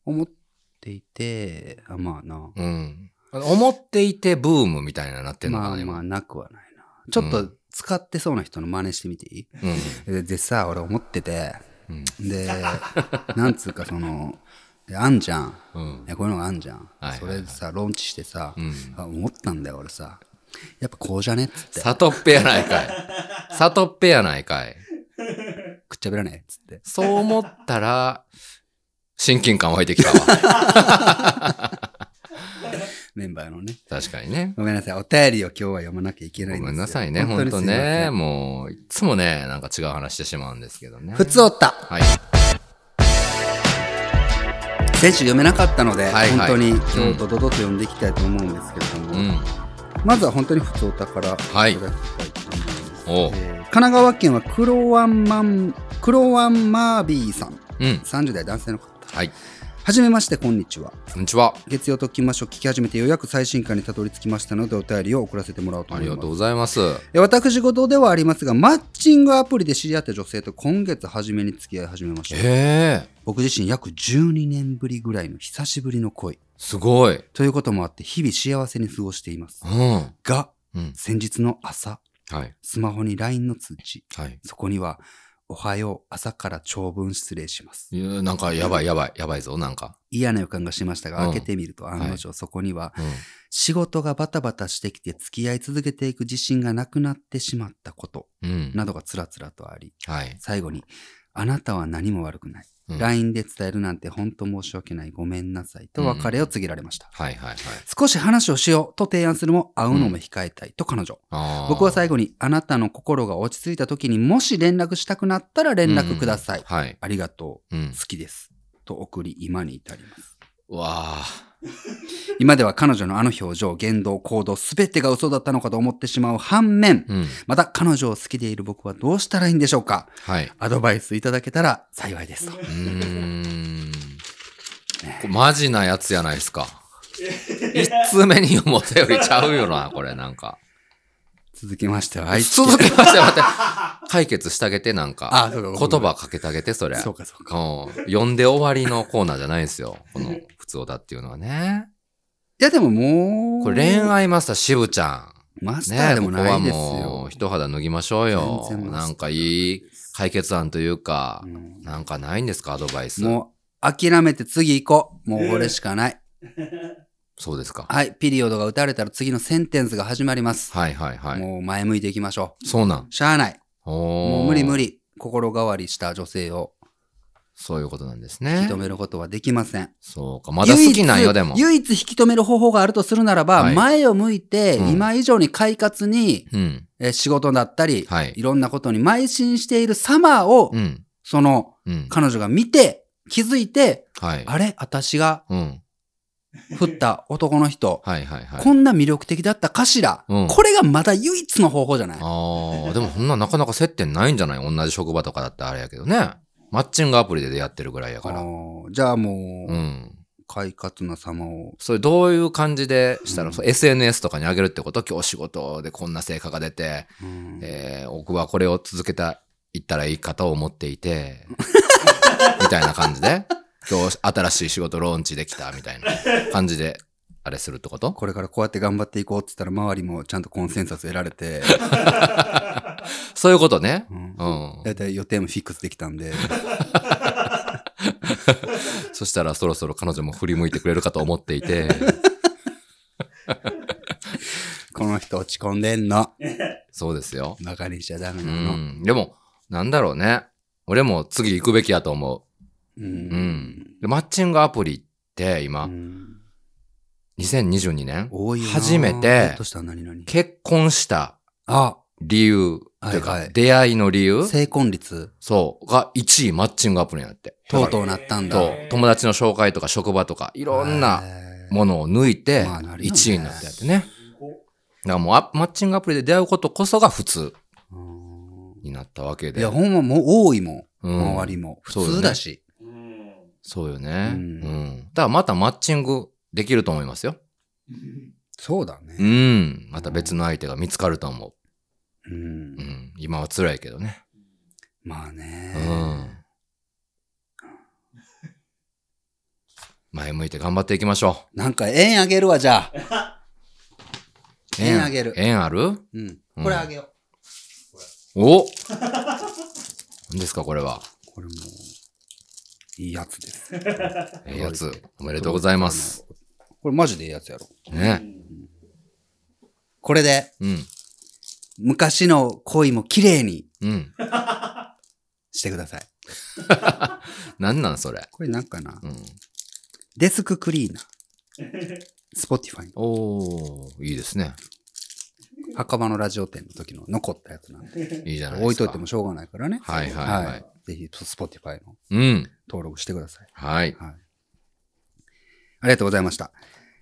[SPEAKER 1] 思っっていて、あまあな。
[SPEAKER 2] うん。思っていてブームみたいななってんのか
[SPEAKER 1] ま
[SPEAKER 2] な、
[SPEAKER 1] あ
[SPEAKER 2] 今
[SPEAKER 1] まあなくはないな。ちょっと使ってそうな人の真似してみていい、
[SPEAKER 2] うん。
[SPEAKER 1] ででさ、俺思ってて、
[SPEAKER 2] うん。
[SPEAKER 1] で、なんつうかその、であんじゃん。
[SPEAKER 2] うん
[SPEAKER 1] い。やこういうのがあんじゃん。
[SPEAKER 2] はいはい
[SPEAKER 1] それでさ、ローンチしてさ、
[SPEAKER 2] うん
[SPEAKER 1] あ思ったんだよ、俺さ。やっぱこうじゃねっつって。
[SPEAKER 2] 里っぺやないかい。里っぺやないかい。
[SPEAKER 1] くっちゃべらねえっつって。
[SPEAKER 2] そう思ったら、親近感湧いてきたわ。
[SPEAKER 1] メンバーのね。
[SPEAKER 2] 確かにね。
[SPEAKER 1] ごめんなさい。お便りを今日は読まなきゃいけ
[SPEAKER 2] ご
[SPEAKER 1] ないんですよ
[SPEAKER 2] めんなさいね。本当
[SPEAKER 1] にすいませ
[SPEAKER 2] ね。
[SPEAKER 1] ん。
[SPEAKER 2] もう、いつもね、なんか違う話してしまうんですけどね。
[SPEAKER 1] 普通おった。
[SPEAKER 2] はい。
[SPEAKER 1] 選手読めなかったので、
[SPEAKER 2] はいはい
[SPEAKER 1] 本当に
[SPEAKER 2] うん
[SPEAKER 1] 今日ドドドと読んでいきたいと思うんですけれども、
[SPEAKER 2] うん。
[SPEAKER 1] まずは本当に普通おたからいただ
[SPEAKER 2] い
[SPEAKER 1] きたいと思います。
[SPEAKER 2] おう
[SPEAKER 1] えー神奈川県はクロワンマン、クロワンマービーさん。
[SPEAKER 2] うん。
[SPEAKER 1] 30代男性の方。
[SPEAKER 2] はい。
[SPEAKER 1] はじめまして、こんにちは。
[SPEAKER 2] こんにちは。
[SPEAKER 1] 月曜特勤マッシュを聞き始めてようやく最新刊にたどり着きましたのでお便りを送らせてもらおうと
[SPEAKER 2] あ
[SPEAKER 1] 思
[SPEAKER 2] り
[SPEAKER 1] い
[SPEAKER 2] が
[SPEAKER 1] ま
[SPEAKER 2] とう
[SPEAKER 1] す
[SPEAKER 2] ございます。
[SPEAKER 1] え私事ではありますがマッチングアプリで知り合った女性と今月初めに付き合い始めました
[SPEAKER 2] ええ
[SPEAKER 1] 僕自身約12年ぶりぐらいの久しぶりの恋
[SPEAKER 2] すごい。
[SPEAKER 1] ということもあって日々幸せに過ごしています
[SPEAKER 2] うん。
[SPEAKER 1] が
[SPEAKER 2] うん。
[SPEAKER 1] 先日の朝
[SPEAKER 2] はい。
[SPEAKER 1] スマホに LINE の通知
[SPEAKER 2] はい。
[SPEAKER 1] そこには「おはよう朝から長文失礼します」
[SPEAKER 2] いやなんか、やばいやばい、やばいぞ、なんか。
[SPEAKER 1] 嫌な予感がしましたが
[SPEAKER 2] うん
[SPEAKER 1] 開けてみると案の定そこには
[SPEAKER 2] うん。
[SPEAKER 1] 仕事がバタバタしてきて付き合い続けていく自信がなくなってしまったこと
[SPEAKER 2] うん。
[SPEAKER 1] などがつらつらとあり
[SPEAKER 2] はい。
[SPEAKER 1] 最後に「あなたは何も悪くない」
[SPEAKER 2] うん
[SPEAKER 1] LINE で伝えるなんて本当申し訳ないごめんなさい」と別れを告げられました、
[SPEAKER 2] はいはいはい。
[SPEAKER 1] 少し話をしようと提案するも会うのも控えたいと彼女、
[SPEAKER 2] あー
[SPEAKER 1] 僕は最後に「あなたの心が落ち着いた時にもし連絡したくなったら連絡ください」
[SPEAKER 2] うんはい。
[SPEAKER 1] ありがと
[SPEAKER 2] う
[SPEAKER 1] うん好。きです」と送り今に至ります
[SPEAKER 2] うわあ。
[SPEAKER 1] 今では彼女のあの表情言動行動全てが嘘だったのかと思ってしまう反面、
[SPEAKER 2] うん。
[SPEAKER 1] また彼女を好きでいる僕はどうしたらいいんでしょうか
[SPEAKER 2] はい。
[SPEAKER 1] アドバイスいただけたら幸いですと。
[SPEAKER 2] うーん。これマジなやつやないですか。一通目に思ったよりちゃう
[SPEAKER 1] *laughs*
[SPEAKER 2] よな、これなんか。
[SPEAKER 1] 続きましては愛知県
[SPEAKER 2] 続けまして、待って。解決してあげて、なんか。
[SPEAKER 1] あ、そうか。
[SPEAKER 2] 言葉かけてあげて、それ。
[SPEAKER 1] そうかそうか。
[SPEAKER 2] うん。呼んで終わりのコーナーじゃないんですよ。この、普通だっていうのはね。
[SPEAKER 1] いやでももう。
[SPEAKER 2] これ恋。愛マスター、しぶちゃ
[SPEAKER 1] マス
[SPEAKER 2] ん。
[SPEAKER 1] タ
[SPEAKER 2] ね
[SPEAKER 1] ーでもないです
[SPEAKER 2] ここはも
[SPEAKER 1] よ
[SPEAKER 2] う、。一肌脱ぎましょうよ。
[SPEAKER 1] 全然マスター
[SPEAKER 2] なんかいい解決案というか
[SPEAKER 1] う、ん
[SPEAKER 2] なんかないんですか、アドバイス。
[SPEAKER 1] もう諦めて次行こう。もうこれしかない。
[SPEAKER 2] そうですか。
[SPEAKER 1] はい、ピリオドが打たれたら次のセンテンスが始まります。
[SPEAKER 2] はいはいはい。
[SPEAKER 1] もう前向いていきましょ
[SPEAKER 2] そうなん
[SPEAKER 1] う。。しゃあない。
[SPEAKER 2] も
[SPEAKER 1] もう無理無
[SPEAKER 2] 理。
[SPEAKER 1] 理。心変わりした女性を
[SPEAKER 2] そういうことなんですね
[SPEAKER 1] 認。めることはできません。
[SPEAKER 2] そうか。まだ好きなんよ、でも。
[SPEAKER 1] 唯一唯一引き止める方法があるとするならば、
[SPEAKER 2] はい
[SPEAKER 1] 前を向いて、
[SPEAKER 2] うん
[SPEAKER 1] 今以上に快活に、
[SPEAKER 2] うん。
[SPEAKER 1] えー仕事だったり、
[SPEAKER 2] はい
[SPEAKER 1] いろんなことに邁進している様を、
[SPEAKER 2] うん。
[SPEAKER 1] その、
[SPEAKER 2] うん。
[SPEAKER 1] 彼女が見て、気づいて、
[SPEAKER 2] はい。
[SPEAKER 1] あれ私が
[SPEAKER 2] うん。
[SPEAKER 1] 振った男の人、
[SPEAKER 2] はいはいはい。
[SPEAKER 1] こんな魅力的だったかしら、
[SPEAKER 2] うん
[SPEAKER 1] これがまだ唯一の方法じゃない
[SPEAKER 2] ああ、でもこんななかなか接点ないんじゃない同じ職場とかだってあれやけどね。マッチングアプリで出会ってるぐらいやか
[SPEAKER 1] あ
[SPEAKER 2] ら。
[SPEAKER 1] ーじゃあもう、
[SPEAKER 2] うん。
[SPEAKER 1] 快活な様を。
[SPEAKER 2] それどういう感じでしたら、
[SPEAKER 1] うん
[SPEAKER 2] そう SNS とかに上げるってこと今日仕事でこんな成果が出て、
[SPEAKER 1] うん
[SPEAKER 2] えー、僕はこれを続けた、いったらいいかと思って
[SPEAKER 1] *laughs*
[SPEAKER 2] いて、みたいな感じで、今日新しい仕事ローンチできたみたいな感じで、あれするってこと
[SPEAKER 1] これからこうやって頑張っていこうって言ったら、周りもちゃんとコンセンサス得られ
[SPEAKER 2] *laughs*
[SPEAKER 1] て、
[SPEAKER 2] そういうことね。
[SPEAKER 1] うん
[SPEAKER 2] うん。
[SPEAKER 1] だいたい予定もフィックスできたんで。 *laughs*
[SPEAKER 2] そしたらそろそろ彼女も振り向いてくれるかと思っていて、
[SPEAKER 1] この人落ち込んでんの。
[SPEAKER 2] そうですよ。
[SPEAKER 1] バカにしちゃダメ
[SPEAKER 2] う
[SPEAKER 1] なの。
[SPEAKER 2] ん。でも、なんだろうね。俺も次行くべきやと思
[SPEAKER 1] う
[SPEAKER 2] う。うん。でマッチングアプリって今、
[SPEAKER 1] うん
[SPEAKER 2] 2022年、
[SPEAKER 1] 多いよな
[SPEAKER 2] 初めて
[SPEAKER 1] どうした何々
[SPEAKER 2] 結婚した
[SPEAKER 1] あ、
[SPEAKER 2] 理由、
[SPEAKER 1] はい
[SPEAKER 2] というか
[SPEAKER 1] はい
[SPEAKER 2] 出会いの理由、
[SPEAKER 1] 成婚率、
[SPEAKER 2] そう、が1位マッチングアプリになって。
[SPEAKER 1] とうとうなったんだ。
[SPEAKER 2] と友達の紹介とか職場とか、いろんな
[SPEAKER 1] へー
[SPEAKER 2] ものを抜いて、
[SPEAKER 1] まあなるよね
[SPEAKER 2] 1位になってやってね。だからもうあマッチングアプリで出会うことこそが普通
[SPEAKER 1] うん
[SPEAKER 2] になったわけで。
[SPEAKER 1] いや、ほんまもう多いも。
[SPEAKER 2] うんん
[SPEAKER 1] 周りも。普
[SPEAKER 2] そうだね
[SPEAKER 1] 通だし。
[SPEAKER 3] うん
[SPEAKER 2] そうよね。
[SPEAKER 1] う
[SPEAKER 2] うんん。だからまたマッチングできると思いますよ。
[SPEAKER 1] そうだ
[SPEAKER 2] う
[SPEAKER 1] ね。
[SPEAKER 2] ん。また別の相手が見つかると思
[SPEAKER 1] う。
[SPEAKER 2] う。うんん。今は辛いけどね。
[SPEAKER 1] まあ
[SPEAKER 2] う
[SPEAKER 1] ね。
[SPEAKER 2] ん。前向いて頑張っていきましょ
[SPEAKER 1] なんか円あげるわ、じゃあ。
[SPEAKER 2] う。
[SPEAKER 1] 円あげる
[SPEAKER 2] 円ある
[SPEAKER 1] うん。
[SPEAKER 2] うん
[SPEAKER 1] これあげよう。
[SPEAKER 2] お何ですか、これは。
[SPEAKER 1] これも、いいやつです。
[SPEAKER 2] ええやつ。おめでとうございます。
[SPEAKER 1] これマジでいいやつやろ。
[SPEAKER 2] ね。
[SPEAKER 1] これで、
[SPEAKER 2] うん。
[SPEAKER 1] 昔の恋も綺麗に
[SPEAKER 2] うん。
[SPEAKER 1] してください。
[SPEAKER 2] なんなん、それ。
[SPEAKER 1] これなんかな、
[SPEAKER 2] うん。
[SPEAKER 1] デスククリーナー。
[SPEAKER 2] *laughs*
[SPEAKER 1] スポティファイの
[SPEAKER 2] おー、いいですね。
[SPEAKER 1] 墓場のラジオ店の時の残ったやつなんで、
[SPEAKER 2] いいじゃないですか。
[SPEAKER 1] 置いといてもしょうがないからね。
[SPEAKER 2] はいはいはい。
[SPEAKER 1] ぜひ、スポティファイの
[SPEAKER 2] うん。
[SPEAKER 1] 登録してください。
[SPEAKER 2] はい。
[SPEAKER 1] はい。ありがとうございました。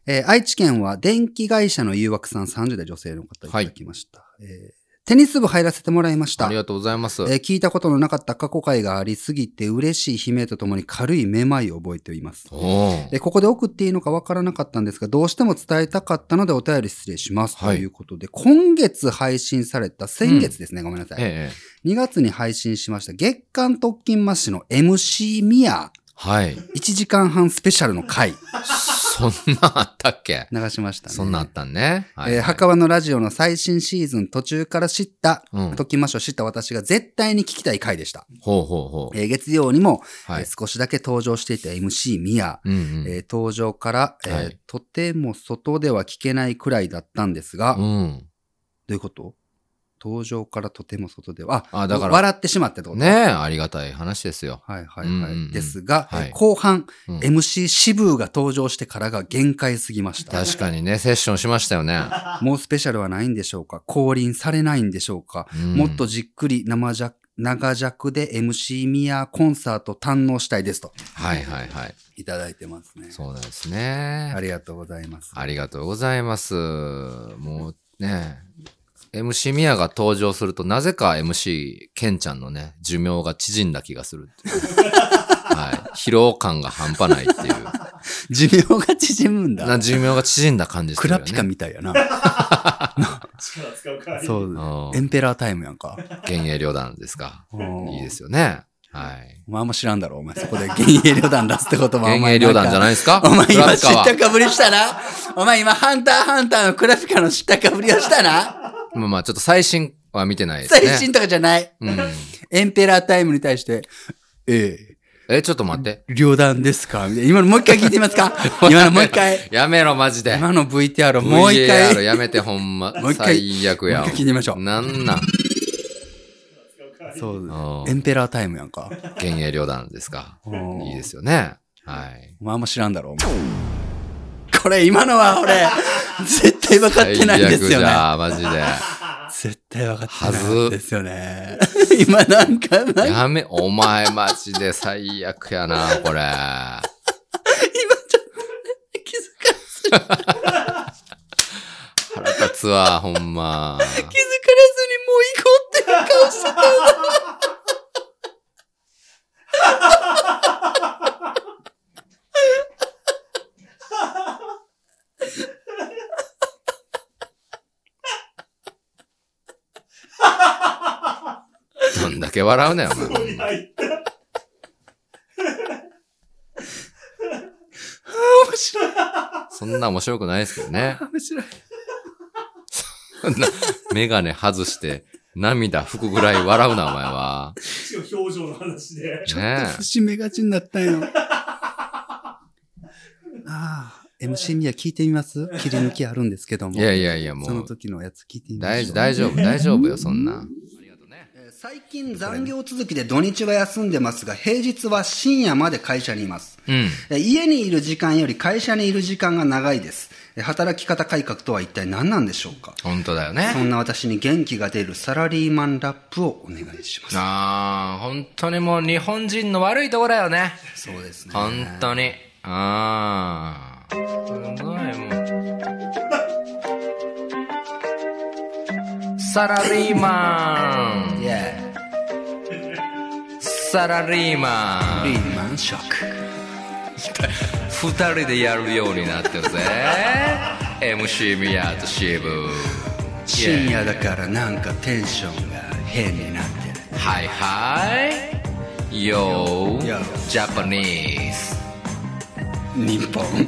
[SPEAKER 1] えー愛知県は電気会社の誘惑さん30代女性の方いただきました。えーテニス部入らせてもらいました
[SPEAKER 2] あり。がとうございます。
[SPEAKER 1] えー聞いたことのなかった過去回がありすぎて嬉しい悲鳴とともに軽いめまいを覚えています。
[SPEAKER 2] お
[SPEAKER 1] え
[SPEAKER 2] ー。
[SPEAKER 1] ーここで送っていいのかわからなかったんですが、どうしても伝えたかったのでお便り失礼します。
[SPEAKER 2] はい
[SPEAKER 1] ということで、今月配信された、先月ですね、ごめんなさい。
[SPEAKER 2] ええ。
[SPEAKER 1] 2月に配信しました、月刊特勤マッシュの MC ミア
[SPEAKER 2] はい。
[SPEAKER 1] 1時間半スペシャルの回、
[SPEAKER 2] そんなあった
[SPEAKER 1] *laughs*
[SPEAKER 2] っけ
[SPEAKER 1] 流しましたね。
[SPEAKER 2] そんなあったんね。はいはい
[SPEAKER 1] えー墓場のラジオの最新シーズン途中から知った、
[SPEAKER 2] うん
[SPEAKER 1] ときましょう知った私が絶対に聞きたい回でした。
[SPEAKER 2] ほうほうほ
[SPEAKER 1] えー月曜にも、
[SPEAKER 2] う。は
[SPEAKER 1] え
[SPEAKER 2] い。
[SPEAKER 1] ー少しだけ登場していた MC ミヤ、
[SPEAKER 2] うん
[SPEAKER 1] えー登場から、えー
[SPEAKER 2] はい
[SPEAKER 1] とても外では聞けないくらいだったんですが、
[SPEAKER 2] う
[SPEAKER 1] ど
[SPEAKER 2] ん。うん。
[SPEAKER 1] ういうこと登場からとても外では、
[SPEAKER 2] あだから
[SPEAKER 1] 笑ってしまってってこと
[SPEAKER 2] ねえ、ありがたい話ですよ。
[SPEAKER 1] はいはいはい。
[SPEAKER 2] うんうんうん
[SPEAKER 1] ですが、えー
[SPEAKER 2] はい
[SPEAKER 1] 後半、
[SPEAKER 2] うん
[SPEAKER 1] MC シブーが登場してからが限界すぎました。
[SPEAKER 2] 確かにね、セッションしましたよね。
[SPEAKER 1] もうスペシャルはないんでしょうか降臨されないんでしょうか、
[SPEAKER 2] うん
[SPEAKER 1] *laughs* もっとじっくり生じゃ長尺で MC ミヤコンサート堪能したいですと
[SPEAKER 2] はいはいはい。
[SPEAKER 1] いただいてますね。
[SPEAKER 2] そうなんです
[SPEAKER 1] あ
[SPEAKER 2] ね。
[SPEAKER 1] りがとうございます。
[SPEAKER 2] ありがとうございます。もうね、MC ミヤが登場すると、なぜか MC ケンちゃんのね、寿命が縮んだ気がするって
[SPEAKER 1] *laughs*
[SPEAKER 2] いう。はい。疲労感が半端ないっていう。
[SPEAKER 1] 寿命が縮むんだ
[SPEAKER 2] な。寿命が縮んだ感じす
[SPEAKER 1] ク
[SPEAKER 2] るよ
[SPEAKER 1] ラ
[SPEAKER 2] ね。
[SPEAKER 1] ピカみたいやな。
[SPEAKER 3] 力使うから。。
[SPEAKER 1] そうう。
[SPEAKER 2] うん
[SPEAKER 1] エンペラータイムやんか。
[SPEAKER 2] 幻影旅団ですか。
[SPEAKER 1] うん
[SPEAKER 2] いいですよね。はい。
[SPEAKER 1] お前あんま知らんだろ、お前。そこで幻影旅団出すってこともあん
[SPEAKER 2] 幻
[SPEAKER 1] まり
[SPEAKER 2] 影旅団じゃない
[SPEAKER 1] い
[SPEAKER 2] ですか
[SPEAKER 1] お前
[SPEAKER 2] クラ
[SPEAKER 1] 今
[SPEAKER 2] ピ
[SPEAKER 1] 知
[SPEAKER 2] カ
[SPEAKER 1] っ
[SPEAKER 2] は
[SPEAKER 1] たかぶりしたなお前今ハンターハンターのクラピカの知ったかぶりをしたな
[SPEAKER 2] まあまあ、ちょっと最新は見てないです
[SPEAKER 1] 最
[SPEAKER 2] ね。
[SPEAKER 1] 新とかじゃない。
[SPEAKER 2] うん。
[SPEAKER 1] エンペラータイムに対して、ええ、
[SPEAKER 2] え、ちょっと待って。
[SPEAKER 1] 旅団ですかみたいな。今のもう一回聞いてみます
[SPEAKER 2] *laughs*
[SPEAKER 1] か今のもう一回。
[SPEAKER 2] やめろ、マジで。
[SPEAKER 1] 今の VTR をもう一
[SPEAKER 2] VAR
[SPEAKER 1] 回。
[SPEAKER 2] やめて、ほんま。
[SPEAKER 1] もう一回
[SPEAKER 2] 最悪や
[SPEAKER 1] もう一回聞いてみましょう
[SPEAKER 2] なんなん。
[SPEAKER 1] そう
[SPEAKER 2] うん
[SPEAKER 1] エンペラータイムやんか。
[SPEAKER 2] 幻影旅団ですか。
[SPEAKER 1] うん
[SPEAKER 2] いいですよね。はい。
[SPEAKER 1] お前あんま知らんだろ。お前これ今のは
[SPEAKER 2] *laughs*
[SPEAKER 1] 俺、絶対分かってないんですよね。
[SPEAKER 2] 最悪じゃ、マジで。
[SPEAKER 1] 絶対分かって
[SPEAKER 2] はず
[SPEAKER 1] ないんですよね。 *laughs* 今なんか
[SPEAKER 2] *laughs*
[SPEAKER 1] な、今
[SPEAKER 2] やめ、お前、マジで最悪やな、こ
[SPEAKER 1] ちょっと
[SPEAKER 2] れ。
[SPEAKER 1] 気づか、
[SPEAKER 2] 腹立つわ、ほんま。
[SPEAKER 1] 気づかれずにもう行こうっていう顔してた。
[SPEAKER 2] どんだけ笑うねん、お前。
[SPEAKER 3] ここに入った。
[SPEAKER 1] 面白い。
[SPEAKER 2] そんな面白くないですけどね。 *laughs*
[SPEAKER 1] 面白い。
[SPEAKER 2] そんな、メガネ外して、涙拭くぐらい笑うな、お前は。
[SPEAKER 3] *laughs* しかも表情の話で。
[SPEAKER 2] ねえ。
[SPEAKER 1] 節目がちになった
[SPEAKER 2] *laughs*
[SPEAKER 1] よ。ああ、MC ミヤ聞いてみます切り抜きあるんですけども。
[SPEAKER 2] いやいやいや、も
[SPEAKER 1] その
[SPEAKER 2] う、
[SPEAKER 1] 時のやつ聞いてみま
[SPEAKER 2] 大
[SPEAKER 1] しょう。
[SPEAKER 2] 丈夫、大丈夫、大丈夫よ、そんな。
[SPEAKER 1] えー最近残業続きで土日は休んでますが、平日は深夜まで会社にいます。
[SPEAKER 2] うん。
[SPEAKER 1] えー家にいる時間より会社にいる時間が長いです。えー働き方改革とは一体何なんでしょうか
[SPEAKER 2] 本当だよ
[SPEAKER 1] そ
[SPEAKER 2] ね。
[SPEAKER 1] んな私に元気が出るサラリーマンラップをお願いします。
[SPEAKER 2] ああ、本当にもう日本人の悪いところよね。
[SPEAKER 1] そうですね。
[SPEAKER 2] 本当に。ああ。すごい、もう。サラリーマ
[SPEAKER 1] イ
[SPEAKER 2] ン
[SPEAKER 1] ェー
[SPEAKER 2] サラリーマン
[SPEAKER 1] イ。リーマンショック。
[SPEAKER 2] 二人でやるようになってるぜ MC ミヤとシブ
[SPEAKER 1] 深夜だからなんかテンションが変になってる。
[SPEAKER 2] はいはい Yo
[SPEAKER 1] Yo.
[SPEAKER 2] Japanese
[SPEAKER 1] 日本。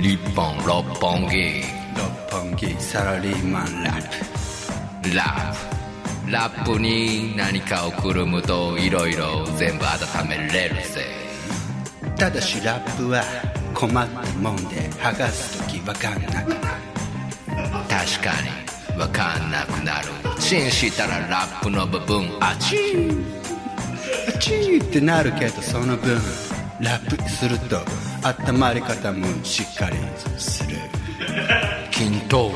[SPEAKER 2] リッポン、六本木、
[SPEAKER 1] 六本木サラリーマンラップ。
[SPEAKER 2] ラップ。ラップに何かをくるむといろいろ全部温めれるぜ。
[SPEAKER 1] ただしラップは困ったもんで剥がす時わかんなくなる
[SPEAKER 2] 確かに、わかんなくなる。チンしたらラップの部分、あち
[SPEAKER 1] あちーってなるけどその分ラップすると温まり方もしっかりする
[SPEAKER 2] 均等。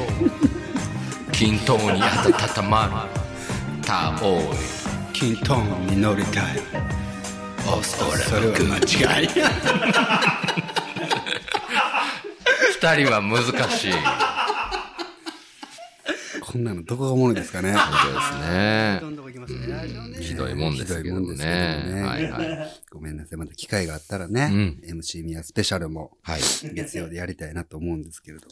[SPEAKER 2] 均等に温まる。たおい。
[SPEAKER 1] 均等に乗りたい
[SPEAKER 2] おそ
[SPEAKER 1] それは間違い
[SPEAKER 2] 二人は難しい。
[SPEAKER 1] こんなのどこがおもろいですかね
[SPEAKER 2] そうですね。
[SPEAKER 1] どんどこ行きますねラジオね
[SPEAKER 2] ひどいもんですけ
[SPEAKER 1] ひどいも
[SPEAKER 2] どね。
[SPEAKER 1] んですけどね
[SPEAKER 2] はいはい。
[SPEAKER 1] ごめんなさいまた機会があったらね、MC ミヤスペシャルも
[SPEAKER 2] はい。
[SPEAKER 1] 月曜でやりたいなと思うんですけれど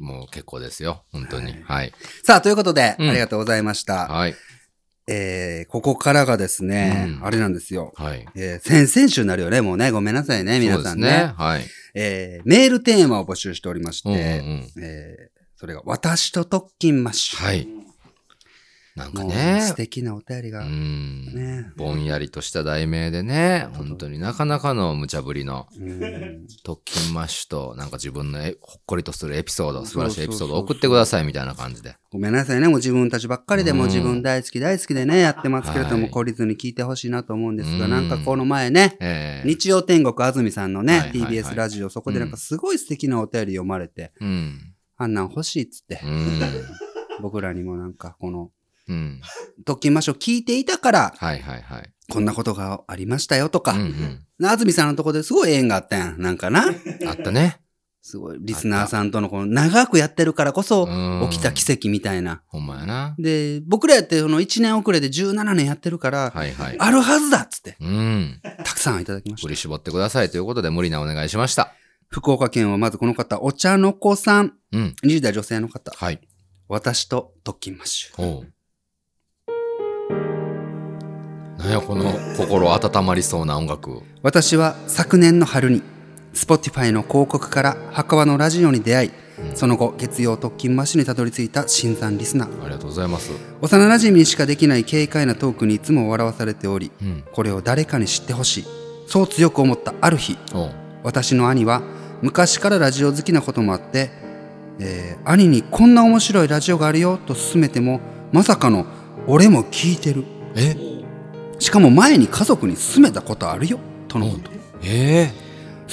[SPEAKER 1] も
[SPEAKER 2] もう結構ですよ。本当に。はい。
[SPEAKER 1] さあということで、
[SPEAKER 2] うん
[SPEAKER 1] ありがとうございました、
[SPEAKER 2] はい。
[SPEAKER 1] えーここからがですね、
[SPEAKER 2] うん
[SPEAKER 1] あれなんですよ。
[SPEAKER 2] はい。
[SPEAKER 1] えー先々週になるよね、もうね。ごめんなさいね、皆さんね。
[SPEAKER 2] はい。
[SPEAKER 1] えーメールテーマを募集しておりまし
[SPEAKER 2] うんうんう
[SPEAKER 1] て、
[SPEAKER 2] ん。
[SPEAKER 1] えーそれが、私と特勤マッシュ。
[SPEAKER 2] はい。なんかね
[SPEAKER 1] もう。素敵なお便り
[SPEAKER 2] う
[SPEAKER 1] が、ね。
[SPEAKER 2] ん。ぼんやりとした題名でね、本当になかなかの無茶ぶりの
[SPEAKER 1] うん
[SPEAKER 2] 特勤マッシュと、なんか自分のえほっこりとするエピソード、素晴らしいエピソード
[SPEAKER 1] そうそうそう
[SPEAKER 2] を
[SPEAKER 1] そう
[SPEAKER 2] 送ってくださいみたいな感じで。
[SPEAKER 1] ごめんなさいね、もう自分たちばっかりでも
[SPEAKER 2] う
[SPEAKER 1] うん自分大好き大好きでね、やってますけれども、
[SPEAKER 2] はい
[SPEAKER 1] 懲りずに聞いてほしいなと思うんですが、
[SPEAKER 2] うん
[SPEAKER 1] なんかこの前ね、
[SPEAKER 2] ええ。
[SPEAKER 1] 日曜天国安住さんの
[SPEAKER 2] はいは
[SPEAKER 1] ね、
[SPEAKER 2] いはい
[SPEAKER 1] TBS ラジオ、そこでなんかすごい素敵なお便り読まれて、
[SPEAKER 2] うん。
[SPEAKER 1] あんなん欲しいっつって
[SPEAKER 2] う、ん。
[SPEAKER 1] 僕らにもなんかこの、
[SPEAKER 2] うん。
[SPEAKER 1] 特訓マッシュを聞いていたから、
[SPEAKER 2] はいはいはい。
[SPEAKER 1] こんなことがありましたよとか、
[SPEAKER 2] うんうん
[SPEAKER 1] なあずみさんのとこですごい縁があったやん。なんか
[SPEAKER 2] *laughs*
[SPEAKER 1] な。
[SPEAKER 2] あったね。
[SPEAKER 1] すごい、リスナーさんとのこの長くやってるからこそ、
[SPEAKER 2] 起
[SPEAKER 1] 起きた奇跡みたいな。
[SPEAKER 2] ほんまやな。
[SPEAKER 1] で、僕らやってその1年遅れで17年やってるから、
[SPEAKER 2] はいはい。
[SPEAKER 1] あるはずだっつって、
[SPEAKER 2] うん。
[SPEAKER 1] たくさんいただきまし
[SPEAKER 2] 振
[SPEAKER 1] た。
[SPEAKER 2] り絞ってくださいということで無理なお願いしました。
[SPEAKER 1] 福岡県はまずこの方、お茶の子さん。
[SPEAKER 2] うん。
[SPEAKER 1] 20代女性の方。
[SPEAKER 2] はい。
[SPEAKER 1] 私と特訓マッシュ。
[SPEAKER 2] ほう。なんやこの心温まりそうな音楽。
[SPEAKER 1] 私は昨年の春に Spotify の広告から墓場のラジオに出会い、
[SPEAKER 2] うん
[SPEAKER 1] その後月曜特勤マッシュにたどり着いた新参リスナー
[SPEAKER 2] ありがとうございます。
[SPEAKER 1] 幼馴染にしかできない軽快なトークにいつも笑わされており
[SPEAKER 2] うん。
[SPEAKER 1] これを誰かに知ってほしいそう強く思ったある日
[SPEAKER 2] おう。
[SPEAKER 1] 私の兄は昔からラジオ好きなこともあって、えー兄にこんな面白いラジオがあるよと勧めてもまさかの俺も聞いてる
[SPEAKER 2] え
[SPEAKER 1] しかも前に家族に勧めたことあるよとのこと
[SPEAKER 2] え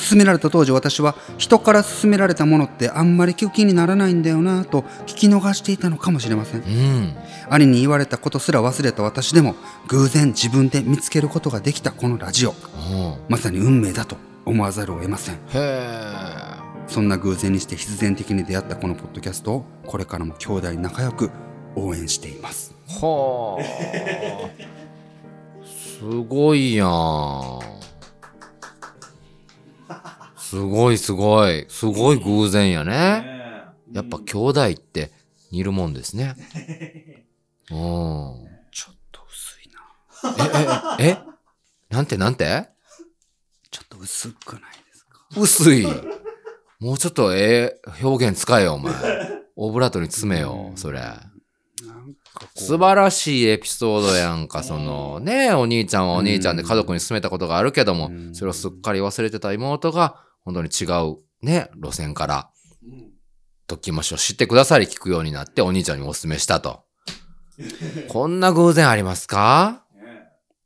[SPEAKER 1] 勧められた当時私は人から勧められたものってあんまり聞く気にならないんだよなぁと聞き逃していたのかもしれません
[SPEAKER 2] えうん。
[SPEAKER 1] 兄に言われたことすら忘れた私でも偶然自分で見つけることができたこのラジオ
[SPEAKER 2] おう。
[SPEAKER 1] まさに運命だと思わざるを得ません
[SPEAKER 2] へえ。
[SPEAKER 1] そんな偶然にして必然的に出会ったこのポッドキャストをこれからも兄弟仲良く応援しています
[SPEAKER 2] はあ。すごいやん。すごいすごい。すごい偶然やね。
[SPEAKER 3] ねえ
[SPEAKER 2] やっぱ兄弟って似るもんですね。
[SPEAKER 1] ち
[SPEAKER 2] うん。
[SPEAKER 1] ょっと薄いな
[SPEAKER 2] え、え、え、なんてなんて
[SPEAKER 1] ちょっと薄くないですか
[SPEAKER 2] 薄い。もうちょっとええ表現使えよ、お前。オブラートに詰めよ、それ。
[SPEAKER 1] なんかこう
[SPEAKER 2] 素晴らしいエピソードやんか、その、ねえお兄ちゃんはお兄ちゃんで家族に勧めたことがあるけども
[SPEAKER 1] う、ん
[SPEAKER 2] それをすっかり忘れてた妹が、本当に違う、ね、路線から、
[SPEAKER 3] うん
[SPEAKER 2] ときましを知ってくださり聞くようになって、お兄ちゃんにお勧めし
[SPEAKER 1] *laughs*
[SPEAKER 2] たと。こんな偶然ありますか
[SPEAKER 3] ね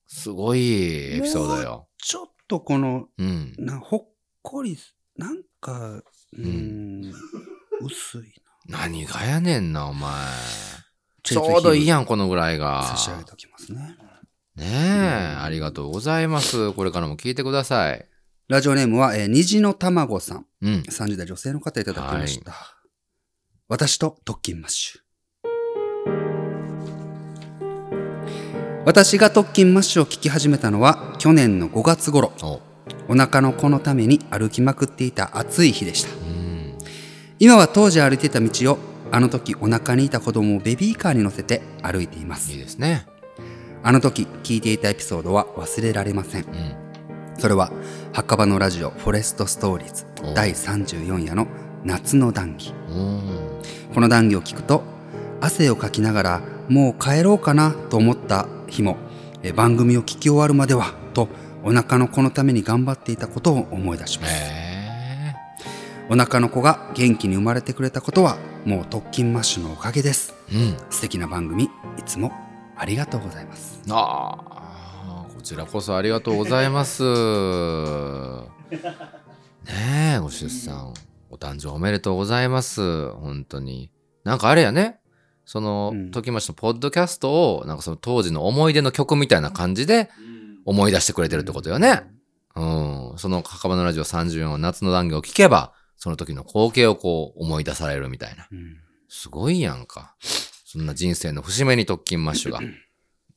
[SPEAKER 2] すごいエピソードよ。
[SPEAKER 1] ちょっとこの
[SPEAKER 2] うん。
[SPEAKER 1] なほっこりすなんかうーん薄いな
[SPEAKER 2] 何がやねんな、お前。ちょうどいいやん、このぐらいが。
[SPEAKER 1] 差し上げておきますね
[SPEAKER 2] ねえ、ありがとうございます。これからも聞いてください。
[SPEAKER 1] ラジオネームは、えー、虹の卵さん
[SPEAKER 2] うん。
[SPEAKER 1] 30代女性の方いただきました、私と特勤マッシュ私が特勤マッシュを聞き始めたのは去年の5月頃
[SPEAKER 2] お。
[SPEAKER 1] お腹の子のために歩きまくっていた暑い日でした
[SPEAKER 2] うん。
[SPEAKER 1] 今は当時歩いてた道をあの時お腹にいた子供をベビーカーに乗せて歩いていま
[SPEAKER 2] いい
[SPEAKER 1] す
[SPEAKER 2] ですね。
[SPEAKER 1] あの時聞いていたエピソードは忘れられません
[SPEAKER 2] うん。
[SPEAKER 1] それは墓場のラジオ「フォレストストーリーズ
[SPEAKER 2] お」
[SPEAKER 1] 第34夜の「夏の談義」
[SPEAKER 2] うん
[SPEAKER 1] この談義を聞くと汗をかきながらもう帰ろうかなと思った日もえ番組を聞き終わるまではとお腹の子のために頑張っていたことを思い出します
[SPEAKER 2] へ
[SPEAKER 1] お腹の子が元気に生まれてくれたことはもう特勤マッシュのおかげです
[SPEAKER 2] えうん
[SPEAKER 1] 素敵な番組いつもありがとうございます
[SPEAKER 2] ああこちらこそありがとうございます *laughs* ねえご出産お誕生おめでとうございます本当になんかあれやねその
[SPEAKER 1] うん
[SPEAKER 2] 時町のポッドキャストをなんかその当時の思い出の曲みたいな感じで思い出してくれてるってことよねうんその墓場のラジオ34の夏の談義を聞けばその時の光景をこう思い出されるみたいな
[SPEAKER 1] うん
[SPEAKER 2] すごいやんか。そんな人生の節目に特勤マッシュが、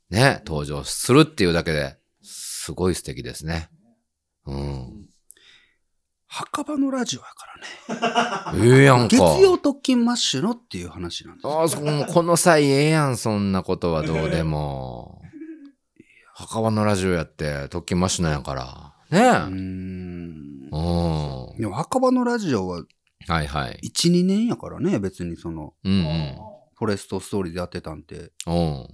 [SPEAKER 2] ね、登場するっていうだけで、すごい素敵ですね。うん。
[SPEAKER 1] 墓場のラジオやからね
[SPEAKER 2] ええやんか。
[SPEAKER 1] 月曜特勤マッシュのっていう話なんですよ
[SPEAKER 2] ああ、そこも、この際ええやん、そんなことはどうでも。墓場のラジオやって、特勤マッシュなんやから。
[SPEAKER 1] うー
[SPEAKER 2] ね
[SPEAKER 1] ん
[SPEAKER 2] え。うん。
[SPEAKER 1] でも墓場のラジオは
[SPEAKER 2] はいはい。
[SPEAKER 1] 12年やからね別にその
[SPEAKER 2] うんうん。
[SPEAKER 1] フォレストストーリーでやってたんて
[SPEAKER 2] うん。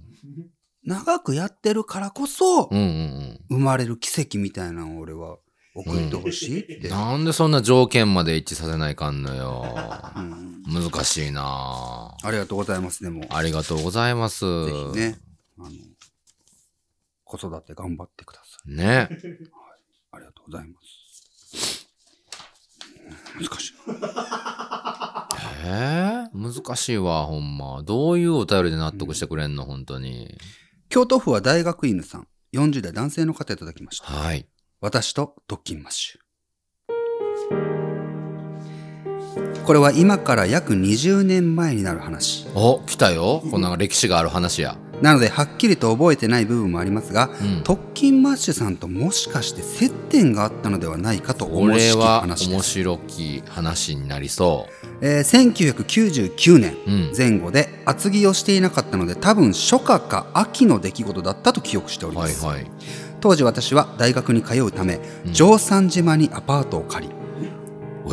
[SPEAKER 1] 長くやってるからこそ
[SPEAKER 2] うんうん
[SPEAKER 1] 生まれる奇跡みたいなのを俺は送ってほしいっ
[SPEAKER 2] うん。
[SPEAKER 1] て、うん
[SPEAKER 2] なんでそんな条件まで一致させないかんのよ。難しいなあ
[SPEAKER 1] ありがとうございますでも
[SPEAKER 2] ありがとうございます。
[SPEAKER 1] ぜひね。あの子育て頑張ってください
[SPEAKER 2] ね。
[SPEAKER 1] ありがとうございますうん難しい
[SPEAKER 2] えー、難しいわ、ほんま。どういうお便りで納得してくれんの、本当に。
[SPEAKER 1] 京都府は大学院さん40代男性の方いただきました
[SPEAKER 2] はい。
[SPEAKER 1] 私と特勤マッシュこれは今から約20年前になる話
[SPEAKER 2] お、来たよ。こんな歴史がある話や。
[SPEAKER 1] なのではっきりと覚えてない部分もありますが
[SPEAKER 2] うん。
[SPEAKER 1] 特勤マッシュさんともしかして接点があったのではないかと
[SPEAKER 2] こ
[SPEAKER 1] 思し
[SPEAKER 2] れ
[SPEAKER 1] き
[SPEAKER 2] は
[SPEAKER 1] 話で
[SPEAKER 2] 面
[SPEAKER 1] す、
[SPEAKER 2] 白き話になりそ
[SPEAKER 1] えー1999年
[SPEAKER 2] う。うん。
[SPEAKER 1] 前後で厚着をしていなかったので多分初夏か秋の出来事だったと記憶しておりま
[SPEAKER 2] はい
[SPEAKER 1] す、
[SPEAKER 2] はい。
[SPEAKER 1] 当時私は大学に通うため
[SPEAKER 2] うん
[SPEAKER 1] 城山島にアパートを借り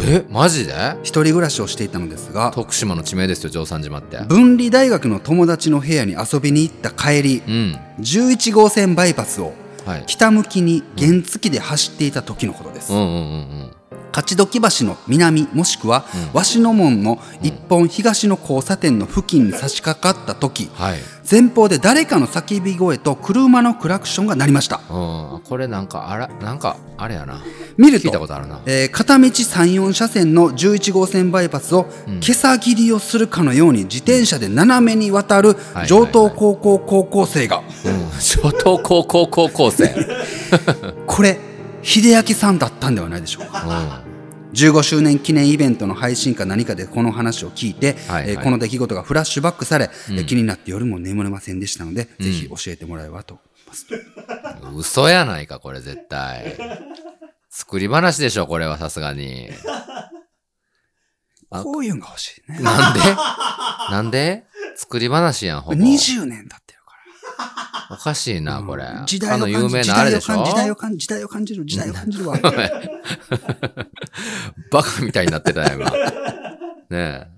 [SPEAKER 2] え、マジで
[SPEAKER 1] 一人暮らしをしていたのですが
[SPEAKER 2] 徳島の地名ですよ、城山島って。
[SPEAKER 1] 分離大学の友達の部屋に遊びに行った帰り
[SPEAKER 2] うん。
[SPEAKER 1] 11号線バイパスを
[SPEAKER 2] はい。
[SPEAKER 1] 北向きに原付で走っていた時のことです、
[SPEAKER 2] うんうんうん
[SPEAKER 1] 勝どき橋の南もしくは
[SPEAKER 2] うん
[SPEAKER 1] 鷲の門の一本東の交差点の付近に差し掛かった時
[SPEAKER 2] うん。はい。
[SPEAKER 1] 前方で誰かの叫び声と車のクラクションが鳴りました
[SPEAKER 2] うん。これなんか、あら、なんか、あれやな。
[SPEAKER 1] 見る
[SPEAKER 2] 聞いた
[SPEAKER 1] と
[SPEAKER 2] ことあるな。
[SPEAKER 1] えー片道34車線の11号線バイパスを
[SPEAKER 2] うん
[SPEAKER 1] 袈裟切りをするかのように自転車で斜めに渡る
[SPEAKER 2] はい
[SPEAKER 1] 上等高校高校生が
[SPEAKER 2] うん。 *laughs* 初等高校高校生。
[SPEAKER 1] これ秀明さんだったんではないでしょうか
[SPEAKER 2] う
[SPEAKER 1] 15周年記念イベントの配信か何かでこの話を聞いて、
[SPEAKER 2] はいはい
[SPEAKER 1] えーこの出来事がフラッシュバックされ、
[SPEAKER 2] うん
[SPEAKER 1] えー気になって夜も眠れませんでしたので、
[SPEAKER 2] うん
[SPEAKER 1] ぜひ教えてもらえばと思います、
[SPEAKER 2] ん。嘘やないか、これ絶対。作り話でしょ、これはさすがに。あ
[SPEAKER 1] こういうのが欲しいね
[SPEAKER 2] なんでなんで作り話やん、ほぼ。
[SPEAKER 1] 20年経ってるか
[SPEAKER 2] おかしい
[SPEAKER 1] ら
[SPEAKER 2] な、これ。
[SPEAKER 1] うん時
[SPEAKER 2] あ
[SPEAKER 1] 代を
[SPEAKER 2] の有
[SPEAKER 1] 感じ
[SPEAKER 2] 名
[SPEAKER 1] 時
[SPEAKER 2] なあ
[SPEAKER 1] 代
[SPEAKER 2] れで
[SPEAKER 1] を
[SPEAKER 2] しょ
[SPEAKER 1] 感じ時代を感じ時代を感じる時代を感じるわ
[SPEAKER 2] *laughs* バカみたいになってたや
[SPEAKER 1] *laughs*
[SPEAKER 2] ん、今。ね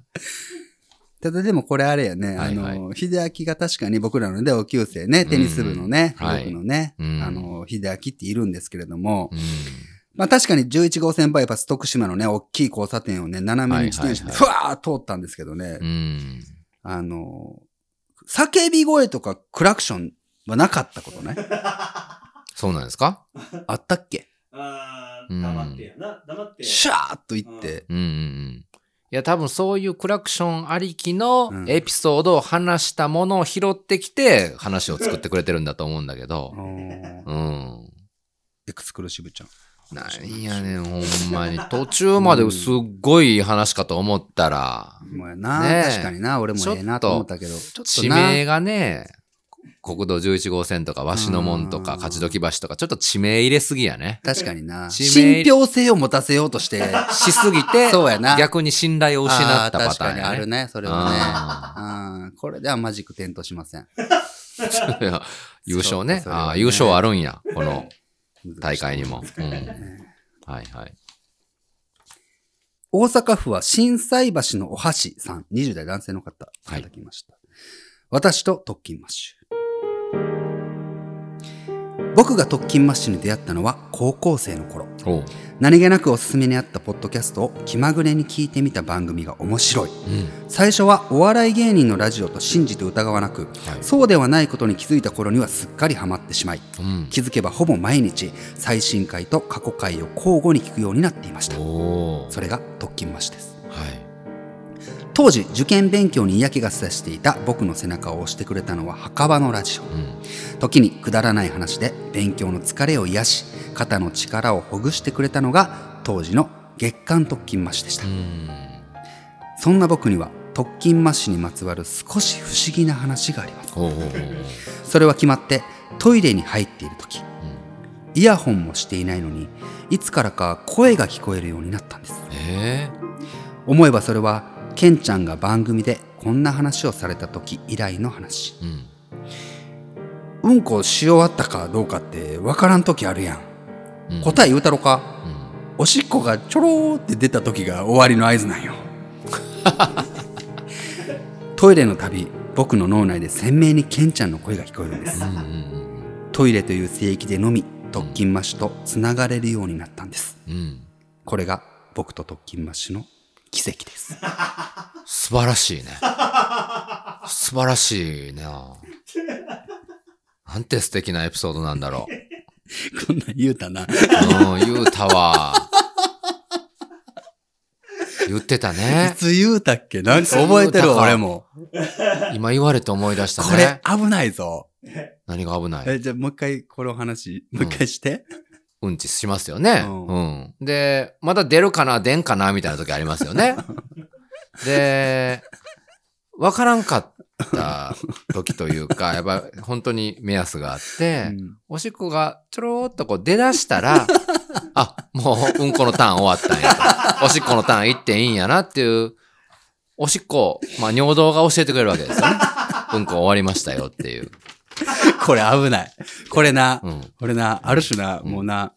[SPEAKER 1] ただでもこれあれやね、
[SPEAKER 2] はいはい
[SPEAKER 1] あの、秀明が確かに僕らのね、同級生ね、テニス部のね、
[SPEAKER 2] うんはい
[SPEAKER 1] 僕のね、
[SPEAKER 2] うん
[SPEAKER 1] あの、秀明っているんですけれども
[SPEAKER 2] え。う、ん。
[SPEAKER 1] まあ確かに11号線バイパス徳島のね、大きい交差点をね、斜めに自転車で
[SPEAKER 2] はい
[SPEAKER 1] ふわーっ通ったんですけどね、
[SPEAKER 2] うん。
[SPEAKER 1] あの、叫び声とかクラクションはなかったことね。
[SPEAKER 2] *laughs* そうなんですか
[SPEAKER 1] あったっけ
[SPEAKER 3] あー黙ってやな。黙って。
[SPEAKER 1] シャーっと言って、
[SPEAKER 2] うんうんうん。いや、多分そういうクラクションありきの
[SPEAKER 1] うん
[SPEAKER 2] エピソードを話したものを拾ってきて、話を作ってくれてるんだと思うんだけど
[SPEAKER 1] あ。
[SPEAKER 2] *laughs*
[SPEAKER 1] の
[SPEAKER 2] うん。
[SPEAKER 1] エクスクルーシブちゃん。
[SPEAKER 2] なんやねん、ほんまに。途中まですっごいいい話かと思ったら、
[SPEAKER 1] もうやな、
[SPEAKER 2] ねえ
[SPEAKER 1] 確かにな、俺もええなと思ったけど、ちょっと
[SPEAKER 2] 地
[SPEAKER 1] な、
[SPEAKER 2] 名がね、国道11号線とか、鷲の門と
[SPEAKER 1] うん
[SPEAKER 2] か、勝どき橋とか、ちょっと地名入れすぎやね。
[SPEAKER 1] 確かにな、
[SPEAKER 2] 地名
[SPEAKER 1] 信憑性を持たせようとして、
[SPEAKER 2] *laughs* しすぎて、
[SPEAKER 1] そうやな
[SPEAKER 2] 逆に信頼を失った
[SPEAKER 1] あー
[SPEAKER 2] パターン
[SPEAKER 1] 確かにあ
[SPEAKER 2] や
[SPEAKER 1] る
[SPEAKER 2] ね。
[SPEAKER 1] ね、それはね。あーこれではマジック点灯しません。
[SPEAKER 2] いや優勝ね
[SPEAKER 1] *laughs* そ。うかそれはね
[SPEAKER 2] ああ、優勝あるんや。この、大会にも。うん、
[SPEAKER 1] えー
[SPEAKER 2] はいはい。
[SPEAKER 1] 大阪府は震災橋のお箸さん、20代男性の方、いただきました。私と特勤マッシュ。僕が特勤マッシュに出会ったのは高校生の頃。
[SPEAKER 2] おう。
[SPEAKER 1] 何気なくおすすめにあったポッドキャストを気まぐれに聞いてみた番組が面白い。
[SPEAKER 2] うん。
[SPEAKER 1] 最初はお笑い芸人のラジオと信じて疑わなく、
[SPEAKER 2] はい。
[SPEAKER 1] そうではないことに気づいた頃にはすっかりハマってしまい、
[SPEAKER 2] うん。
[SPEAKER 1] 気づけばほぼ毎日最新回と過去回を交互に聞くようになっていました。
[SPEAKER 2] おー
[SPEAKER 1] それが特勤マッシュです。
[SPEAKER 2] はい。
[SPEAKER 1] 当時受験勉強に嫌気がさしていた僕の背中を押してくれたのは墓場のラジオ
[SPEAKER 2] うん。
[SPEAKER 1] 時にくだらない話で勉強の疲れを癒し肩の力をほぐしてくれたのが当時の月刊特勤マッシュでした
[SPEAKER 2] うん。
[SPEAKER 1] そんな僕には特勤マッシュにまつわる少し不思議な話があります
[SPEAKER 2] おうおうおうおう。
[SPEAKER 1] それは決まってトイレに入っている時
[SPEAKER 2] うん
[SPEAKER 1] イヤホンもしていないのにいつからか声が聞こえるようになったんです
[SPEAKER 2] ええ
[SPEAKER 1] 思えばそれはケンちゃんが番組でこんな話をされた時以来の話
[SPEAKER 2] うん。
[SPEAKER 1] うんこし終わったかどうかって分からん時あるやん、
[SPEAKER 2] うん
[SPEAKER 1] 答え言うたろか
[SPEAKER 2] うん
[SPEAKER 1] おしっこがちょろーって出た時が終わりの合図
[SPEAKER 2] *laughs*
[SPEAKER 1] なんよトイレの度僕の脳内で鮮明にケンちゃんの声が聞こえるんです
[SPEAKER 2] うんうん
[SPEAKER 1] トイレという聖域でのみ特勤マッシュとつながれるようになったんです
[SPEAKER 2] うんうん。
[SPEAKER 1] これが僕と特勤マッシュの奇跡
[SPEAKER 2] *laughs*
[SPEAKER 1] です
[SPEAKER 2] 素晴らしいね。素晴らしいな。なんて素敵なエピソードなんだろう。
[SPEAKER 1] こんなん言うたな
[SPEAKER 2] うん、言うたわ。言ってた
[SPEAKER 1] い
[SPEAKER 2] ね。
[SPEAKER 1] つ言うたっけなんか
[SPEAKER 2] 言うたか
[SPEAKER 1] 覚えてる俺も
[SPEAKER 2] 今言われて思い出した
[SPEAKER 1] これ
[SPEAKER 2] ね。
[SPEAKER 1] 危ないぞ
[SPEAKER 2] 何が危ない
[SPEAKER 1] えじゃあもう一回この話もう一回して、
[SPEAKER 2] うんちしますよね。
[SPEAKER 1] うん
[SPEAKER 2] うん。で、まだ出るかな、出んかな、みたいな時あります
[SPEAKER 1] *laughs*
[SPEAKER 2] よね。で、わからんかった時というか、やっぱり本当に目安があって、
[SPEAKER 1] うん
[SPEAKER 2] おしっこがちょろーっとこう出だし
[SPEAKER 1] *laughs*
[SPEAKER 2] たら、あ、もううんこのターン終わったんやと。おしっこのターン行っていいんやなっていう、おしっこ、まあ尿道が教えてくれるわけです
[SPEAKER 1] *laughs*
[SPEAKER 2] よね。うんこ終わりましたよっていう。
[SPEAKER 1] これ危ない。これな、
[SPEAKER 2] うん。
[SPEAKER 1] これな、ある種な、
[SPEAKER 2] うん
[SPEAKER 1] もうな、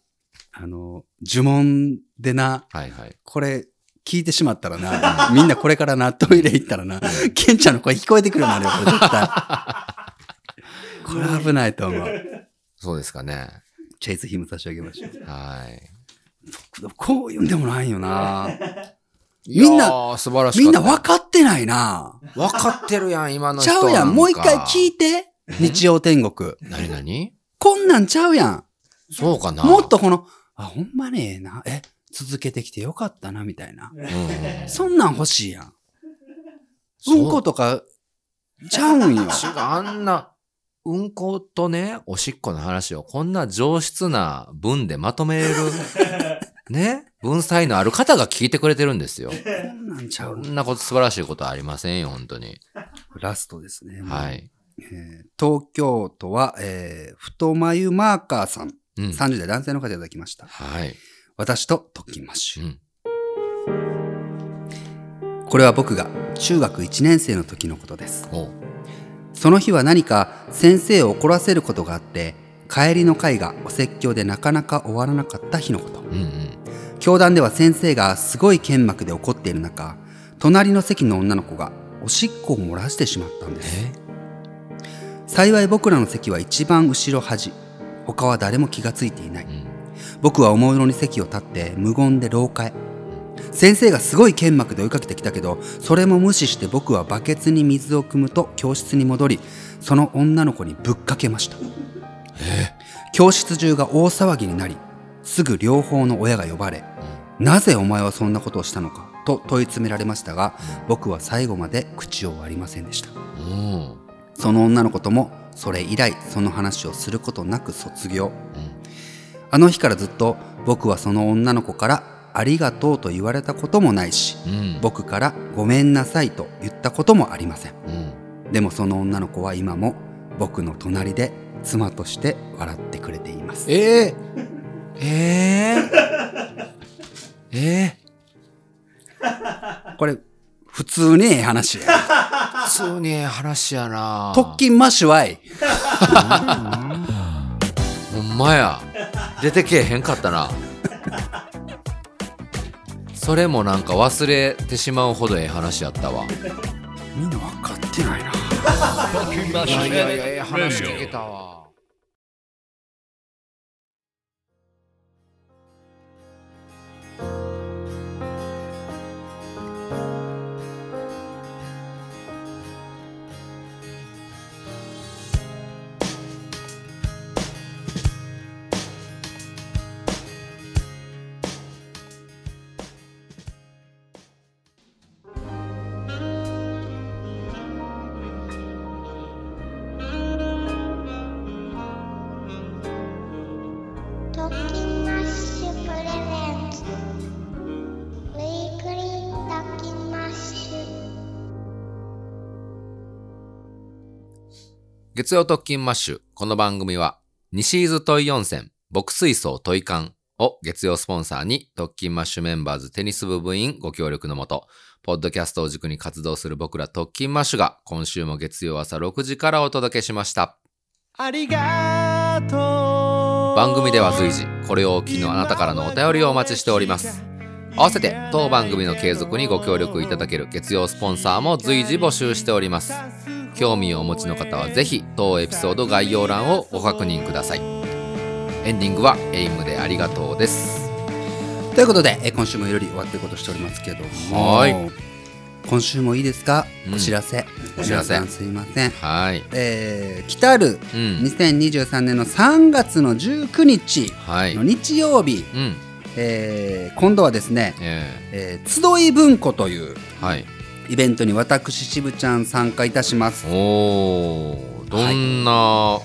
[SPEAKER 1] あの、呪文でな、
[SPEAKER 2] はいはい。
[SPEAKER 1] これ聞いてしまったらな、みんなこれからな、トイレ行ったらな、ケンちゃんの声聞こえてくるまでよ、これ絶
[SPEAKER 2] *laughs*
[SPEAKER 1] 対。これ危ないと思う。
[SPEAKER 2] そうですかね。
[SPEAKER 1] チェイスヒム差し上げましょ
[SPEAKER 2] はい。
[SPEAKER 1] う。こういうんでもないよな。みんな
[SPEAKER 2] な、素晴らしい。
[SPEAKER 1] みんな分かってないな。
[SPEAKER 2] わかってるやん、今の
[SPEAKER 1] ち
[SPEAKER 2] 人
[SPEAKER 1] ゃうやん。もう一回聞
[SPEAKER 2] い
[SPEAKER 1] いて。日曜天国。
[SPEAKER 2] 何何
[SPEAKER 1] こんなんちゃうやん。
[SPEAKER 2] そうかな
[SPEAKER 1] もっとこの、あ、ほんまねええな。え、続けてきてよかったな、みたいな。
[SPEAKER 2] うんうん
[SPEAKER 1] そんなん欲しいやん。
[SPEAKER 2] そう
[SPEAKER 1] うんことか、ちゃうんよ。 *laughs*
[SPEAKER 2] 違う、あんな、うんことね、おしっこの話をこんな上質な文でまとめる、ね、文才のある方が聞いてくれてるんですよ。
[SPEAKER 1] こんなんちゃ
[SPEAKER 2] こ
[SPEAKER 1] うん
[SPEAKER 2] なこと素晴らしいことはありませんよ、本当に。
[SPEAKER 1] ラストですね。。
[SPEAKER 2] はいい。
[SPEAKER 1] 東京都は、えー、太眉マーカーさん。
[SPEAKER 2] うん。
[SPEAKER 1] 30代男性の方いただきました。
[SPEAKER 2] はい。
[SPEAKER 1] 私と特勤マッシ
[SPEAKER 2] う
[SPEAKER 1] ュ。
[SPEAKER 2] ん。
[SPEAKER 1] これは僕が中学1年生の時のことです。
[SPEAKER 2] お
[SPEAKER 1] その日は何か先生を怒らせることがあって、帰りの会がお説教でなかなか終わらなかった日のこと。
[SPEAKER 2] うんうん。
[SPEAKER 1] 教団では先生がすごい剣幕で怒っている中隣の席の女の子がおしっこを漏らしてしまったんです
[SPEAKER 2] え
[SPEAKER 1] 幸い僕らの席は一番後ろ端他は誰も気がついていない
[SPEAKER 2] うん。
[SPEAKER 1] 僕はおもむろに席を立って無言で廊下へ先生がすごい剣幕で追いかけてきたけどそれも無視して僕はバケツに水を汲むと教室に戻りその女の子にぶっかけました
[SPEAKER 2] え
[SPEAKER 1] 教室中が大騒ぎになりすぐ両方の親が呼ばれなぜお前はそんなことをしたのかと問い詰められましたが僕は最後まで口を割りませんでした
[SPEAKER 2] うん。うん。
[SPEAKER 1] その女の子ともそれ以来その話をすることなく卒業
[SPEAKER 2] うん
[SPEAKER 1] あの日からずっと僕はその女の子から「ありがとう」と言われたこともないし
[SPEAKER 2] うん。
[SPEAKER 1] 僕から「ごめんなさい」と言ったこともありません
[SPEAKER 2] うん。
[SPEAKER 1] でもその女の子は今も僕の隣で妻として笑ってくれています
[SPEAKER 2] えー、えー、え
[SPEAKER 1] これ普通にええ話や
[SPEAKER 2] ー、普通にええ話やな
[SPEAKER 1] 特勤マッシュワイ
[SPEAKER 2] ほんまや。出てけえへんかったな。それもなんか忘れてしまうほどええ話やったわ。
[SPEAKER 1] みんな分かってないな。
[SPEAKER 2] いやいやいや、ええ話聞けたわ。
[SPEAKER 4] トキマッシュプレゼンツウィークリートキマッシュ
[SPEAKER 2] 月曜特勤マッシュ。この番組は、西伊豆トイ温泉、牧水槽トイ館を月曜スポンサーに、特勤マッシュメンバーズテニス部部員ご協力のもと、ポッドキャストを軸に活動する僕ら特勤マッシュが、今週も月曜朝6時からお届けしました。
[SPEAKER 5] ありがとう
[SPEAKER 2] 番組では随時、これをお聞きのあなたからのお便りをお待ちしております。合わせて、当番組の継続にご協力いただける月曜スポンサーも随時募集しております。興味をお持ちの方はぜひ当エピソード概要欄をご確認くださいエンディングはエイムでありがとうです
[SPEAKER 1] ということで、えー今週もいろいろ終わっていこうとしておりますけども、
[SPEAKER 2] は
[SPEAKER 1] 今週もいいですか、
[SPEAKER 2] うん
[SPEAKER 1] お知らせ。
[SPEAKER 2] お知らせ
[SPEAKER 1] 皆さんすいません。
[SPEAKER 2] はい
[SPEAKER 1] えー、来たる
[SPEAKER 2] うん
[SPEAKER 1] 2023年の3月の19日
[SPEAKER 2] はい
[SPEAKER 1] の日曜日、
[SPEAKER 2] うん
[SPEAKER 1] えー今度はですね、
[SPEAKER 2] え
[SPEAKER 1] えー集い文庫という
[SPEAKER 2] ー、はい
[SPEAKER 1] イベントに私しぶちゃん参加いたします。
[SPEAKER 2] おーどんな、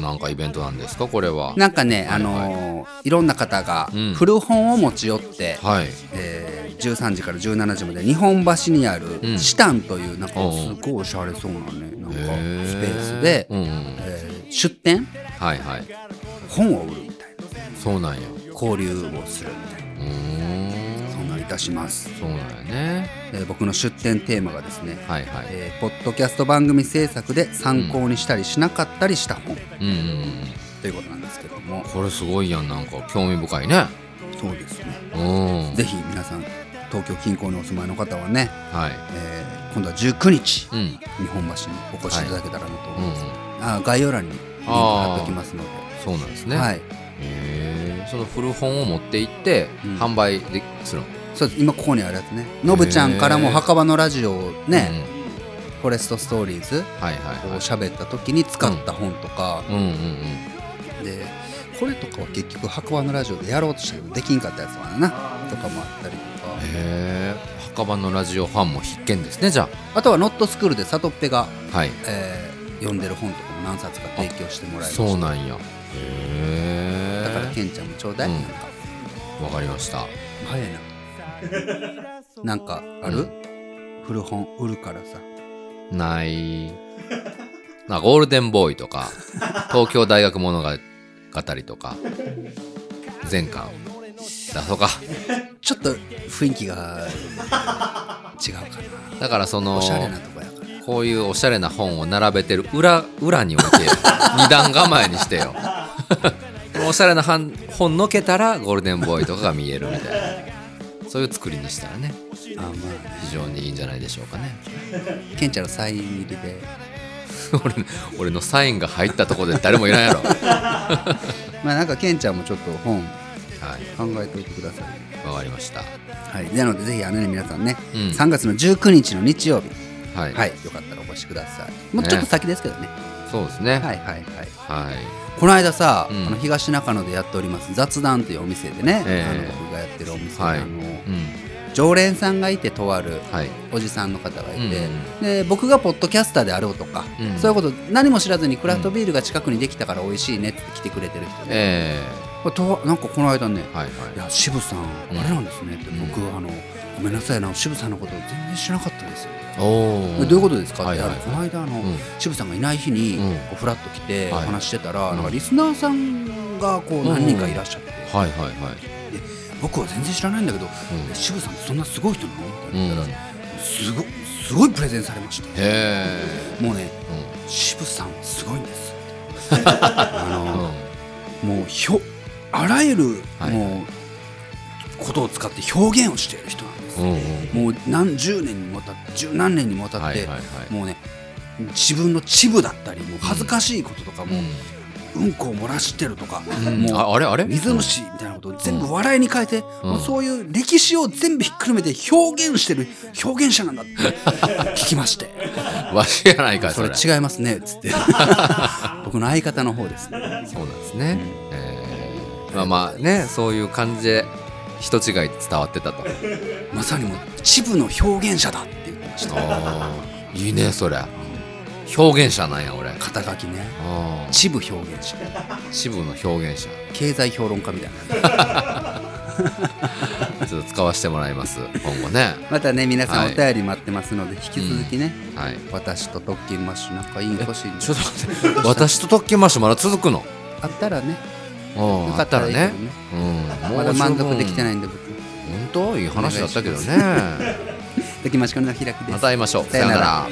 [SPEAKER 2] なんかイベントなんですかこれは
[SPEAKER 1] なんかね、
[SPEAKER 2] はいはい
[SPEAKER 1] あのーいろんな方が
[SPEAKER 2] うん
[SPEAKER 1] 古本を持ち寄って、
[SPEAKER 2] はい
[SPEAKER 1] えー13時から17時まで日本橋にあ
[SPEAKER 2] う
[SPEAKER 1] る
[SPEAKER 2] ん
[SPEAKER 1] シタンというなんか
[SPEAKER 2] おう
[SPEAKER 1] すごいおしゃれそうなねなんか
[SPEAKER 2] へ
[SPEAKER 1] スペースで、
[SPEAKER 2] うんうん、
[SPEAKER 1] えー出店
[SPEAKER 2] はいはい
[SPEAKER 1] 本を売るみたいな
[SPEAKER 2] そうなんや
[SPEAKER 1] 交流をするみたいうな
[SPEAKER 2] ーん
[SPEAKER 1] そんなんいたします、
[SPEAKER 2] そうなんやね
[SPEAKER 1] えー僕の出店テーマがですね、
[SPEAKER 2] はいはい
[SPEAKER 1] えーポッドキャスト番組制作で参考にしたりしなかったりした本
[SPEAKER 2] うんうんうん
[SPEAKER 1] ということなんですけども
[SPEAKER 2] これすごいやんなんか興味深いね
[SPEAKER 1] そうですね
[SPEAKER 2] うん
[SPEAKER 1] ぜひ皆さん東京近郊にお住まいの方はね、
[SPEAKER 2] はい
[SPEAKER 1] えー今度は19日
[SPEAKER 2] うんうん
[SPEAKER 1] 日本橋にお越しいただけたらなと思います、
[SPEAKER 2] うん
[SPEAKER 1] あ概要欄にリンク貼っておきますの
[SPEAKER 2] そうなんです
[SPEAKER 1] で、
[SPEAKER 2] ね、
[SPEAKER 1] はい、
[SPEAKER 2] へえその古本を持って行って
[SPEAKER 1] うん
[SPEAKER 2] 販売で、するの
[SPEAKER 1] そうです今ここにあるやつねのぶちゃんからも墓場のラジオをね、、フォレストストーリーズ
[SPEAKER 2] うんはいは
[SPEAKER 1] を
[SPEAKER 2] いはい
[SPEAKER 1] 喋った時に使った本とか、
[SPEAKER 2] うんうん
[SPEAKER 1] でこれとかは結局墓場のラジオでやろうとしたけどできんかったやつもあるなとかもあったりと
[SPEAKER 2] うん
[SPEAKER 1] か
[SPEAKER 2] へえ墓場のラジオファンも必見ですねじゃ
[SPEAKER 1] あとはノットスクールでサトッペが、
[SPEAKER 2] あはい
[SPEAKER 1] えー読んでる本とかも何冊か提供してもらいました
[SPEAKER 2] そうなんやへえ
[SPEAKER 1] だからケンちゃんもちょうだい、
[SPEAKER 2] うん
[SPEAKER 1] なんか
[SPEAKER 2] わかりました
[SPEAKER 1] 早いななんかある、古本売るからさ
[SPEAKER 2] ないなゴールデンボーイとか東京大学物語とか全巻だそうか
[SPEAKER 1] ちょっと雰囲気が
[SPEAKER 2] *laughs*
[SPEAKER 1] 違うかな
[SPEAKER 2] だからその
[SPEAKER 1] おしゃれなとこやから
[SPEAKER 2] こういうおしゃれな本を並べてる裏裏に置いて二段構えにしてよこのおしゃれな本本のけたらゴールデンボーイとかが見えるみたいなそういう作りにしたらね
[SPEAKER 1] あま
[SPEAKER 2] 非常にいいんじゃないでしょうかね
[SPEAKER 1] あケンちゃんのサイン入りで
[SPEAKER 2] 俺の俺のサインが入ったとこで誰もいないやろは
[SPEAKER 1] まあなんかケンちゃんもちょっと本
[SPEAKER 2] い
[SPEAKER 1] 考えておいてください
[SPEAKER 2] わかりました
[SPEAKER 1] はい、なのでぜひあのね皆さんね、
[SPEAKER 2] うん
[SPEAKER 1] 3月の19日の日曜日、
[SPEAKER 2] はい、
[SPEAKER 1] はい、よかったらお越しくださいもうちょっと先ですけどね
[SPEAKER 2] そうですねは、
[SPEAKER 1] はいいはいはいこの間さ、
[SPEAKER 2] うん
[SPEAKER 1] あの東中野でやっております雑談というお店でね、
[SPEAKER 2] ええ
[SPEAKER 1] あの僕がやってるお店で、
[SPEAKER 2] はい
[SPEAKER 1] あの
[SPEAKER 2] うん
[SPEAKER 1] 常連さんがいてとある
[SPEAKER 2] はい
[SPEAKER 1] おじさんの方がいて、
[SPEAKER 2] うん
[SPEAKER 1] で僕がポッドキャスターであろうとか、
[SPEAKER 2] うん
[SPEAKER 1] そういうこと何も知らずにクラフトビールが近くにできたから美味しいねって来てくれてる人で、
[SPEAKER 2] え
[SPEAKER 1] となんかこの間ね、
[SPEAKER 2] えはい
[SPEAKER 1] い
[SPEAKER 2] は
[SPEAKER 1] や渋さん、
[SPEAKER 2] うん
[SPEAKER 1] あれなんですねって、
[SPEAKER 2] うん
[SPEAKER 1] 僕はあのごめんなさいあの渋さんのこと全然知らなかったですよ、
[SPEAKER 2] いお
[SPEAKER 1] どういうことですかって、
[SPEAKER 2] はいはいはい
[SPEAKER 1] あのこの間あの、
[SPEAKER 2] うん
[SPEAKER 1] 渋さんがいない日に
[SPEAKER 2] うん
[SPEAKER 1] こうフラッと来てお
[SPEAKER 2] はい
[SPEAKER 1] 話してたら、
[SPEAKER 2] うん
[SPEAKER 1] なんかリスナーさんがこう
[SPEAKER 2] うん
[SPEAKER 1] 何人かいらっしゃって、
[SPEAKER 2] とはいはいはい
[SPEAKER 1] 僕は全然知らないんだけど、
[SPEAKER 2] うん
[SPEAKER 1] 渋さんってそんなすごい人なのみたいな言ったら、
[SPEAKER 2] へ
[SPEAKER 1] すごすごいプレゼンされました
[SPEAKER 2] え
[SPEAKER 1] もうね
[SPEAKER 2] う *laughs*
[SPEAKER 1] 渋さんはすごいんです
[SPEAKER 2] んう
[SPEAKER 1] あ
[SPEAKER 2] ん
[SPEAKER 1] のもうひょあらゆる
[SPEAKER 2] はい
[SPEAKER 1] もうことを使って表現をしている人なんです、
[SPEAKER 2] うんうん
[SPEAKER 1] もう何十年にもたって十何年にもたって、
[SPEAKER 2] はいはいはい
[SPEAKER 1] もうね自分の恥部だったりもう恥ずかしいこととか
[SPEAKER 2] う
[SPEAKER 1] も
[SPEAKER 2] ん
[SPEAKER 1] う、ん、こを漏らしてるとか、
[SPEAKER 2] うん
[SPEAKER 1] もう
[SPEAKER 2] ああれあれ
[SPEAKER 1] 水虫みたいなことを全部笑いに変えて、
[SPEAKER 2] うん
[SPEAKER 1] もうそういう歴史を全部ひっくるめて表現して
[SPEAKER 2] *laughs*
[SPEAKER 1] る表現者なんだって聞きまして
[SPEAKER 2] わしやないかい
[SPEAKER 1] そ
[SPEAKER 2] そ
[SPEAKER 1] れ
[SPEAKER 2] れ
[SPEAKER 1] 違いますねっつって
[SPEAKER 2] *laughs*
[SPEAKER 1] 僕の相方の方ですね
[SPEAKER 2] そうなんですね、えーまあまあねそういう感じで人違い伝わってたと
[SPEAKER 1] まさにもうチブの表現者だって言ってました
[SPEAKER 2] あー *laughs* いいねそれ表現者なんや俺
[SPEAKER 1] 肩書きね
[SPEAKER 2] あー
[SPEAKER 1] チブ表現者
[SPEAKER 2] 支部の表現者
[SPEAKER 1] 経済評論家みたいな
[SPEAKER 2] ちょっと使わせてもらいます今後ね
[SPEAKER 1] またね皆さん
[SPEAKER 2] は
[SPEAKER 1] お
[SPEAKER 2] い
[SPEAKER 1] 便り待ってますので、引き続きね、
[SPEAKER 2] はい
[SPEAKER 1] 私と特勤マッシュ仲いいん欲しいんで
[SPEAKER 2] ちょっと待って私と特権マッシュまだ続くの
[SPEAKER 1] あったらね
[SPEAKER 2] うん
[SPEAKER 1] よ
[SPEAKER 2] あ
[SPEAKER 1] かっ
[SPEAKER 2] った
[SPEAKER 1] た
[SPEAKER 2] ら
[SPEAKER 1] らいいけど
[SPEAKER 2] ね
[SPEAKER 1] ね
[SPEAKER 2] うん
[SPEAKER 1] まだ満足できてないいんで僕
[SPEAKER 2] 本当いい話だっ
[SPEAKER 1] *laughs*
[SPEAKER 2] たけどね
[SPEAKER 1] 特勤マッシュの開くです
[SPEAKER 2] また会いましょう
[SPEAKER 1] さ
[SPEAKER 2] さ
[SPEAKER 1] よ
[SPEAKER 2] よ
[SPEAKER 1] な
[SPEAKER 2] な
[SPEAKER 1] ら
[SPEAKER 2] ら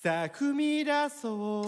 [SPEAKER 5] さあ踏み出そう